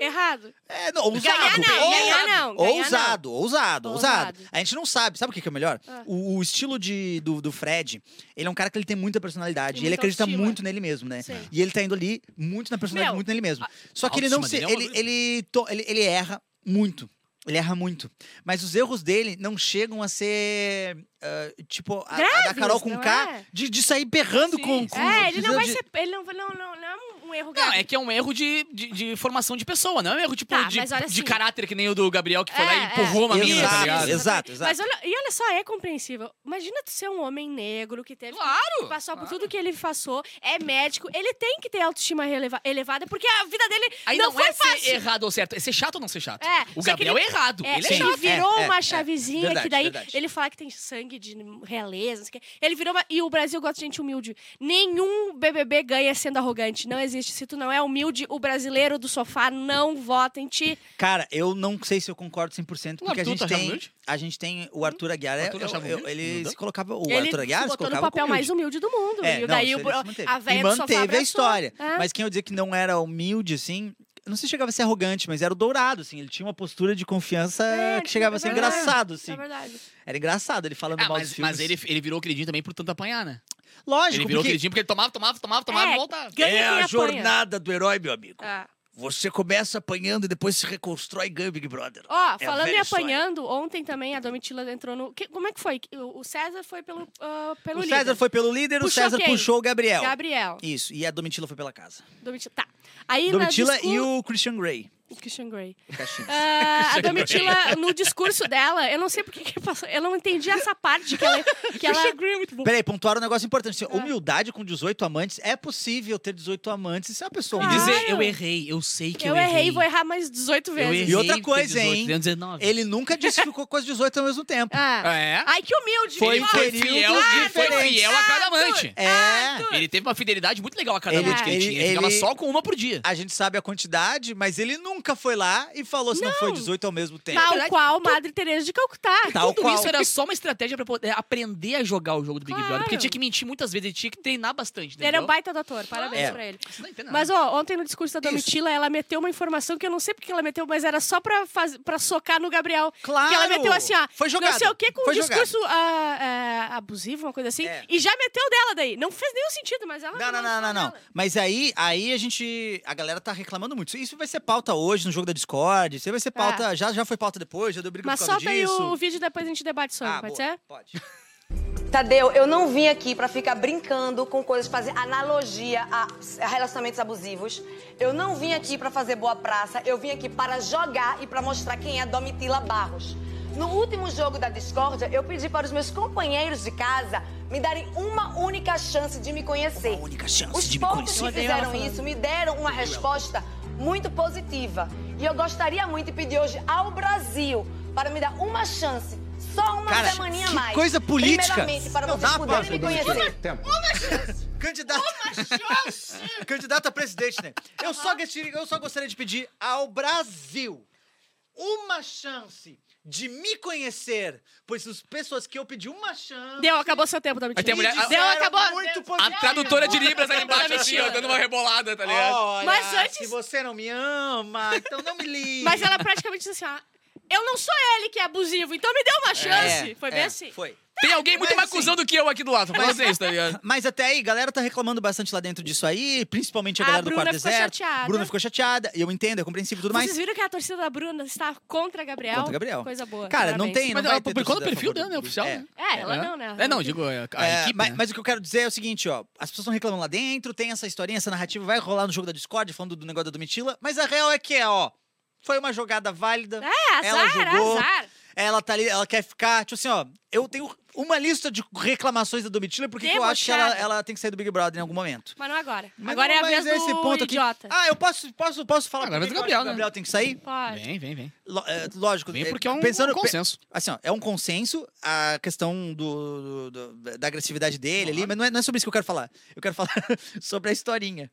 [SPEAKER 3] Errado.
[SPEAKER 4] É, não, ousado.
[SPEAKER 3] Ganhar não, ganhar
[SPEAKER 4] bem
[SPEAKER 3] não, ganhar não.
[SPEAKER 4] Ousado, ousado, ousado.
[SPEAKER 3] Ousado.
[SPEAKER 4] A gente não sabe, sabe o que que é melhor?
[SPEAKER 3] Ah.
[SPEAKER 4] O, o estilo de, do, do Fred, ele é um cara que ele tem muita personalidade.
[SPEAKER 3] Tem
[SPEAKER 4] e ele
[SPEAKER 3] muita
[SPEAKER 4] acredita
[SPEAKER 3] autoestima.
[SPEAKER 4] muito nele mesmo, né?
[SPEAKER 3] Sim.
[SPEAKER 4] E ele tá indo ali muito na personalidade,
[SPEAKER 3] Meu,
[SPEAKER 4] muito nele mesmo. Só que ele não se.
[SPEAKER 2] autoestima dele é
[SPEAKER 4] Ele,
[SPEAKER 2] uma
[SPEAKER 4] ele, to- ele, ele erra muito. Ele erra muito. Mas os erros dele não chegam a ser. ah, tipo, a, a da
[SPEAKER 3] Graves,
[SPEAKER 4] Carol com
[SPEAKER 3] não
[SPEAKER 4] K,
[SPEAKER 3] é?
[SPEAKER 4] de, de sair berrando
[SPEAKER 2] Sim,
[SPEAKER 4] com, com.
[SPEAKER 3] É, ele não vai
[SPEAKER 4] de-
[SPEAKER 3] ser... Ele não, não, não, não é um erro
[SPEAKER 2] Não,
[SPEAKER 3] grave.
[SPEAKER 2] é que é um erro de, de, de formação de pessoa, não é um erro tipo
[SPEAKER 3] Tá,
[SPEAKER 2] de,
[SPEAKER 3] mas olha
[SPEAKER 2] de
[SPEAKER 3] assim.
[SPEAKER 2] caráter que nem o do Gabriel que foi lá e
[SPEAKER 3] É,
[SPEAKER 2] empurrou uma mina, tá
[SPEAKER 4] Exato,
[SPEAKER 2] ligado?
[SPEAKER 4] exato,
[SPEAKER 3] Mas
[SPEAKER 4] exato.
[SPEAKER 3] olha, e olha só, é compreensível. Imagina tu ser um homem negro que teve
[SPEAKER 2] Claro!
[SPEAKER 3] que passar por tudo que ele passou, é médico, ele tem que ter autoestima releva- elevada, porque a vida dele
[SPEAKER 2] Aí
[SPEAKER 3] não,
[SPEAKER 2] não,
[SPEAKER 3] foi
[SPEAKER 2] é ser
[SPEAKER 3] fácil.
[SPEAKER 2] errado ou certo, é ser chato ou não ser chato.
[SPEAKER 3] É,
[SPEAKER 2] o
[SPEAKER 3] só que
[SPEAKER 2] Gabriel
[SPEAKER 3] ele-
[SPEAKER 2] é errado, ele é
[SPEAKER 4] sim.
[SPEAKER 3] que
[SPEAKER 2] chato.
[SPEAKER 4] chato.
[SPEAKER 3] virou
[SPEAKER 4] É, é,
[SPEAKER 3] uma
[SPEAKER 4] é.
[SPEAKER 3] chavezinha
[SPEAKER 4] Verdade,
[SPEAKER 3] que daí
[SPEAKER 4] verdade.
[SPEAKER 3] ele fala que tem sangue sangue de realeza, não sei o quê. Ele virou. uma- E o Brasil gosta de gente humilde. Nenhum BBB ganha sendo arrogante. Não existe. Se tu não é humilde, o brasileiro do sofá não vota em ti.
[SPEAKER 4] Cara, eu não sei se eu concordo 100%,
[SPEAKER 2] O
[SPEAKER 4] porque a
[SPEAKER 2] Arthur
[SPEAKER 4] gente
[SPEAKER 2] tá achando
[SPEAKER 4] tem
[SPEAKER 2] humilde?
[SPEAKER 4] a gente tem o Arthur Aguiar, é-
[SPEAKER 2] Arthur
[SPEAKER 5] tá
[SPEAKER 4] eu-
[SPEAKER 2] achava
[SPEAKER 4] eu-
[SPEAKER 2] humilde?
[SPEAKER 4] ele
[SPEAKER 2] Humildão?
[SPEAKER 4] se colocava o
[SPEAKER 3] ele
[SPEAKER 4] Arthur Aguiar
[SPEAKER 3] se
[SPEAKER 4] se
[SPEAKER 3] botou
[SPEAKER 4] colocava
[SPEAKER 3] no
[SPEAKER 4] como
[SPEAKER 3] papel mais humilde
[SPEAKER 4] humilde.
[SPEAKER 3] do mundo.
[SPEAKER 4] É,
[SPEAKER 3] e
[SPEAKER 4] não,
[SPEAKER 3] daí
[SPEAKER 4] isso
[SPEAKER 3] o,
[SPEAKER 4] ele se manteve.
[SPEAKER 3] a
[SPEAKER 4] e
[SPEAKER 3] velha do sofá
[SPEAKER 4] manteve a
[SPEAKER 3] abraçou.
[SPEAKER 4] história.
[SPEAKER 3] É.
[SPEAKER 4] Mas quem eu dizia que não era humilde, assim, eu não sei se chegava a ser arrogante, mas era o dourado, assim. Ele tinha uma postura de confiança
[SPEAKER 3] É,
[SPEAKER 4] que chegava
[SPEAKER 3] é
[SPEAKER 4] a ser
[SPEAKER 3] verdade.
[SPEAKER 4] engraçado,
[SPEAKER 3] É
[SPEAKER 4] assim.
[SPEAKER 3] verdade.
[SPEAKER 4] Era engraçado ele falando
[SPEAKER 2] Ah,
[SPEAKER 4] mal dos
[SPEAKER 2] mas,
[SPEAKER 4] filmes.
[SPEAKER 2] mas ele, ele virou queridinho também por tanto apanhar, né?
[SPEAKER 4] Lógico,
[SPEAKER 2] ele virou
[SPEAKER 4] porque
[SPEAKER 2] queridinho porque ele tomava, tomava, tomava, tomava
[SPEAKER 3] É,
[SPEAKER 2] e voltava.
[SPEAKER 3] ganha quem
[SPEAKER 5] É a
[SPEAKER 3] apanha.
[SPEAKER 5] jornada do herói, meu amigo.
[SPEAKER 3] Ah.
[SPEAKER 5] Você começa apanhando e depois se reconstrói e ganha o Big Brother.
[SPEAKER 3] Ó,
[SPEAKER 5] É a
[SPEAKER 3] falando e
[SPEAKER 5] velha história.
[SPEAKER 3] apanhando, ontem também a Domitila entrou no. que- como é que foi? O o César foi pelo, ah, pelo
[SPEAKER 4] o
[SPEAKER 3] líder.
[SPEAKER 4] César foi pelo líder, o
[SPEAKER 3] Puxou
[SPEAKER 4] César
[SPEAKER 3] quem?
[SPEAKER 4] puxou o Gabriel.
[SPEAKER 3] Gabriel.
[SPEAKER 4] Isso, e a Domitila foi pela casa.
[SPEAKER 3] Domitila. Tá. Aí na
[SPEAKER 4] Domitila
[SPEAKER 3] discu-
[SPEAKER 4] e o Christian Grey.
[SPEAKER 3] Christian Grey.
[SPEAKER 4] Caixinhas.
[SPEAKER 3] Ah, a Domitila, no discurso dela, eu não sei porque que passou. Eu não entendi essa parte que ela. Que ela
[SPEAKER 4] Peraí, pontuaram um negócio importante.
[SPEAKER 3] Ah.
[SPEAKER 4] assim, Humildade com 18 amantes. É possível ter 18 amantes e ser uma pessoa
[SPEAKER 2] E
[SPEAKER 3] Claro.
[SPEAKER 4] humilde.
[SPEAKER 2] dizer, eu errei, eu sei que eu,
[SPEAKER 3] eu errei e vou errar mais 18
[SPEAKER 2] Eu
[SPEAKER 3] vezes.
[SPEAKER 2] errei
[SPEAKER 4] E outra
[SPEAKER 2] porque
[SPEAKER 4] coisa,
[SPEAKER 2] 18,
[SPEAKER 4] hein?
[SPEAKER 2] deu 19.
[SPEAKER 4] Ele nunca disse que ficou com as 18 ao mesmo tempo.
[SPEAKER 3] Ah.
[SPEAKER 2] É.
[SPEAKER 3] Ai, que humilde,
[SPEAKER 4] Foi
[SPEAKER 3] que
[SPEAKER 2] ele foi
[SPEAKER 4] períodos
[SPEAKER 2] fiel, ele foi
[SPEAKER 4] diferentes.
[SPEAKER 2] fiel a cada amante.
[SPEAKER 3] Ah.
[SPEAKER 4] É.
[SPEAKER 2] Ele teve uma fidelidade muito legal a cada
[SPEAKER 4] Ele-
[SPEAKER 2] amante que ele,
[SPEAKER 4] ele-
[SPEAKER 2] tinha. Ele ficava
[SPEAKER 4] ele-
[SPEAKER 2] só com uma por dia.
[SPEAKER 4] A gente sabe a quantidade, mas ele nunca foi lá e falou se não, foi 18 ao mesmo tempo.
[SPEAKER 3] Tal qual Madre Teresa de Calcutá.
[SPEAKER 4] Tal
[SPEAKER 2] Tudo
[SPEAKER 4] qual.
[SPEAKER 2] isso era só uma estratégia pra poder aprender a jogar o jogo do Big
[SPEAKER 3] Claro.
[SPEAKER 2] Brother. Porque tinha que mentir muitas vezes, ele tinha que treinar bastante.
[SPEAKER 3] Ele era um
[SPEAKER 2] Entendeu?
[SPEAKER 3] baita doutor, parabéns
[SPEAKER 4] É.
[SPEAKER 3] pra ele.
[SPEAKER 2] Você não entende nada.
[SPEAKER 3] Mas, ó, ontem no discurso da Domitila, ela meteu uma informação que eu não sei porque ela meteu, mas era só pra, faz... pra socar no Gabriel.
[SPEAKER 4] Claro!
[SPEAKER 3] Que ela meteu assim, ó.
[SPEAKER 4] Ah, Foi jogado.
[SPEAKER 3] Não sei o que, com
[SPEAKER 4] Foi
[SPEAKER 3] um discurso ah, é, abusivo, uma coisa assim.
[SPEAKER 4] É.
[SPEAKER 3] E já meteu dela daí. Não fez nenhum sentido, mas ela.
[SPEAKER 4] Não, não, não, não, não. Mas aí, aí a gente. A galera tá reclamando muito. Isso vai ser pauta hoje no jogo da Discord. Isso aí vai ser pauta. Já, já foi pauta depois, já deu briga
[SPEAKER 3] É. Mas
[SPEAKER 4] por causa
[SPEAKER 3] solta aí
[SPEAKER 4] disso.
[SPEAKER 3] o vídeo e depois a gente debate sobre,
[SPEAKER 4] Ah,
[SPEAKER 3] pode
[SPEAKER 4] boa,
[SPEAKER 3] ser?
[SPEAKER 4] Pode.
[SPEAKER 6] Tadeu, eu não vim aqui pra ficar brincando com coisas, fazer analogia a a relacionamentos abusivos. Eu não vim aqui pra fazer boa praça, eu vim aqui para jogar e pra mostrar quem é Domitila Barros. No último jogo da discórdia, eu pedi para os meus companheiros de casa me darem uma única chance de me conhecer.
[SPEAKER 5] Uma única chance
[SPEAKER 6] os
[SPEAKER 5] de me
[SPEAKER 6] poucos
[SPEAKER 5] conhecer.
[SPEAKER 6] que fizeram isso me deram uma resposta muito positiva. E eu gostaria muito de pedir hoje ao Brasil para me dar uma chance, só uma
[SPEAKER 4] Cara,
[SPEAKER 6] semaninha
[SPEAKER 4] que
[SPEAKER 6] mais.
[SPEAKER 4] coisa política.
[SPEAKER 6] Primeiramente, para
[SPEAKER 4] Não
[SPEAKER 6] vocês
[SPEAKER 4] dá
[SPEAKER 6] puderem me
[SPEAKER 4] pra
[SPEAKER 6] conhecer.
[SPEAKER 4] Candidato. Candidato a presidente, né? Eu só, gostaria- eu só gostaria de pedir ao Brasil uma chance de me conhecer, pois as pessoas que eu pedi uma chance.
[SPEAKER 3] Deu, acabou seu tempo, um
[SPEAKER 2] Mas tem
[SPEAKER 3] Domitila.
[SPEAKER 2] a mulher-
[SPEAKER 3] Deu,
[SPEAKER 4] Era
[SPEAKER 3] acabou.
[SPEAKER 4] muito
[SPEAKER 2] A
[SPEAKER 4] positivo.
[SPEAKER 2] tradutora de Libras ali embaixo, assim, ó, dando uma rebolada, tá ligado?
[SPEAKER 4] Olha,
[SPEAKER 3] Mas antes-
[SPEAKER 4] se você não me ama, então não me liga.
[SPEAKER 3] Mas ela praticamente disse assim, ó. Eu não sou ele que é abusivo, então me deu uma chance. foi bem
[SPEAKER 4] é,
[SPEAKER 3] assim.
[SPEAKER 4] Foi.
[SPEAKER 2] Tem alguém muito
[SPEAKER 4] Mas,
[SPEAKER 2] mais
[SPEAKER 4] assim,
[SPEAKER 2] cuzão do que eu aqui do lado. Só pra vocês, tá ligado?
[SPEAKER 4] Mas até aí, galera tá reclamando bastante lá dentro disso aí, principalmente a
[SPEAKER 3] A
[SPEAKER 4] galera do
[SPEAKER 3] Ah, Bruna
[SPEAKER 4] quarto
[SPEAKER 3] ficou
[SPEAKER 4] deserto.
[SPEAKER 3] chateada.
[SPEAKER 4] Bruna ficou chateada, e eu entendo, é compreensível e tudo mais.
[SPEAKER 3] Vocês viram que a torcida da Bruna está contra Gabriel?
[SPEAKER 4] Contra Gabriel.
[SPEAKER 3] Coisa boa.
[SPEAKER 4] Cara, não
[SPEAKER 3] parabéns.
[SPEAKER 4] tem, não
[SPEAKER 2] Mas
[SPEAKER 4] vai
[SPEAKER 2] ela
[SPEAKER 4] ter
[SPEAKER 2] publicou no
[SPEAKER 4] torcida a
[SPEAKER 2] perfil
[SPEAKER 4] favor
[SPEAKER 2] dela, né?
[SPEAKER 4] do-
[SPEAKER 2] Oficial,
[SPEAKER 4] É.
[SPEAKER 2] né?
[SPEAKER 3] É, ela não, né?
[SPEAKER 2] É, não, digo, a, a
[SPEAKER 4] É,
[SPEAKER 2] equipe,
[SPEAKER 4] mas,
[SPEAKER 2] né?
[SPEAKER 4] mas o que eu quero dizer é o seguinte, ó. As pessoas estão reclamando lá dentro, tem essa historinha, essa narrativa, vai rolar no jogo da Discord, falando do negócio da Domitila, mas a real é que é, ó. Foi uma jogada válida.
[SPEAKER 3] É, azar,
[SPEAKER 4] ela jogou,
[SPEAKER 3] azar.
[SPEAKER 4] Ela tá ali, ela quer ficar. Tipo assim, ó, eu tenho uma lista de reclamações da Domitila, porque que eu acho que ela,
[SPEAKER 3] Debochada.
[SPEAKER 4] ela tem que sair do Big Brother em algum momento.
[SPEAKER 3] Mas não agora.
[SPEAKER 4] Mas
[SPEAKER 3] agora
[SPEAKER 4] não,
[SPEAKER 3] é a
[SPEAKER 4] mas
[SPEAKER 3] vez do idiota.
[SPEAKER 4] Ah, eu posso, posso, posso falar
[SPEAKER 2] Agora
[SPEAKER 4] por
[SPEAKER 2] é do
[SPEAKER 4] que eu acho
[SPEAKER 2] Gabriel,
[SPEAKER 4] que o
[SPEAKER 2] né?
[SPEAKER 4] Gabriel tem que sair?
[SPEAKER 3] Pode.
[SPEAKER 2] Vem, vem, vem.
[SPEAKER 4] Lo- é, lógico.
[SPEAKER 2] Vem
[SPEAKER 4] é,
[SPEAKER 2] porque é um,
[SPEAKER 4] pensando,
[SPEAKER 2] um consenso.
[SPEAKER 4] Assim, ó, é um consenso a questão do, do- do- da agressividade dele ali, mas não é, não é sobre isso que eu quero falar. Eu quero falar sobre a historinha.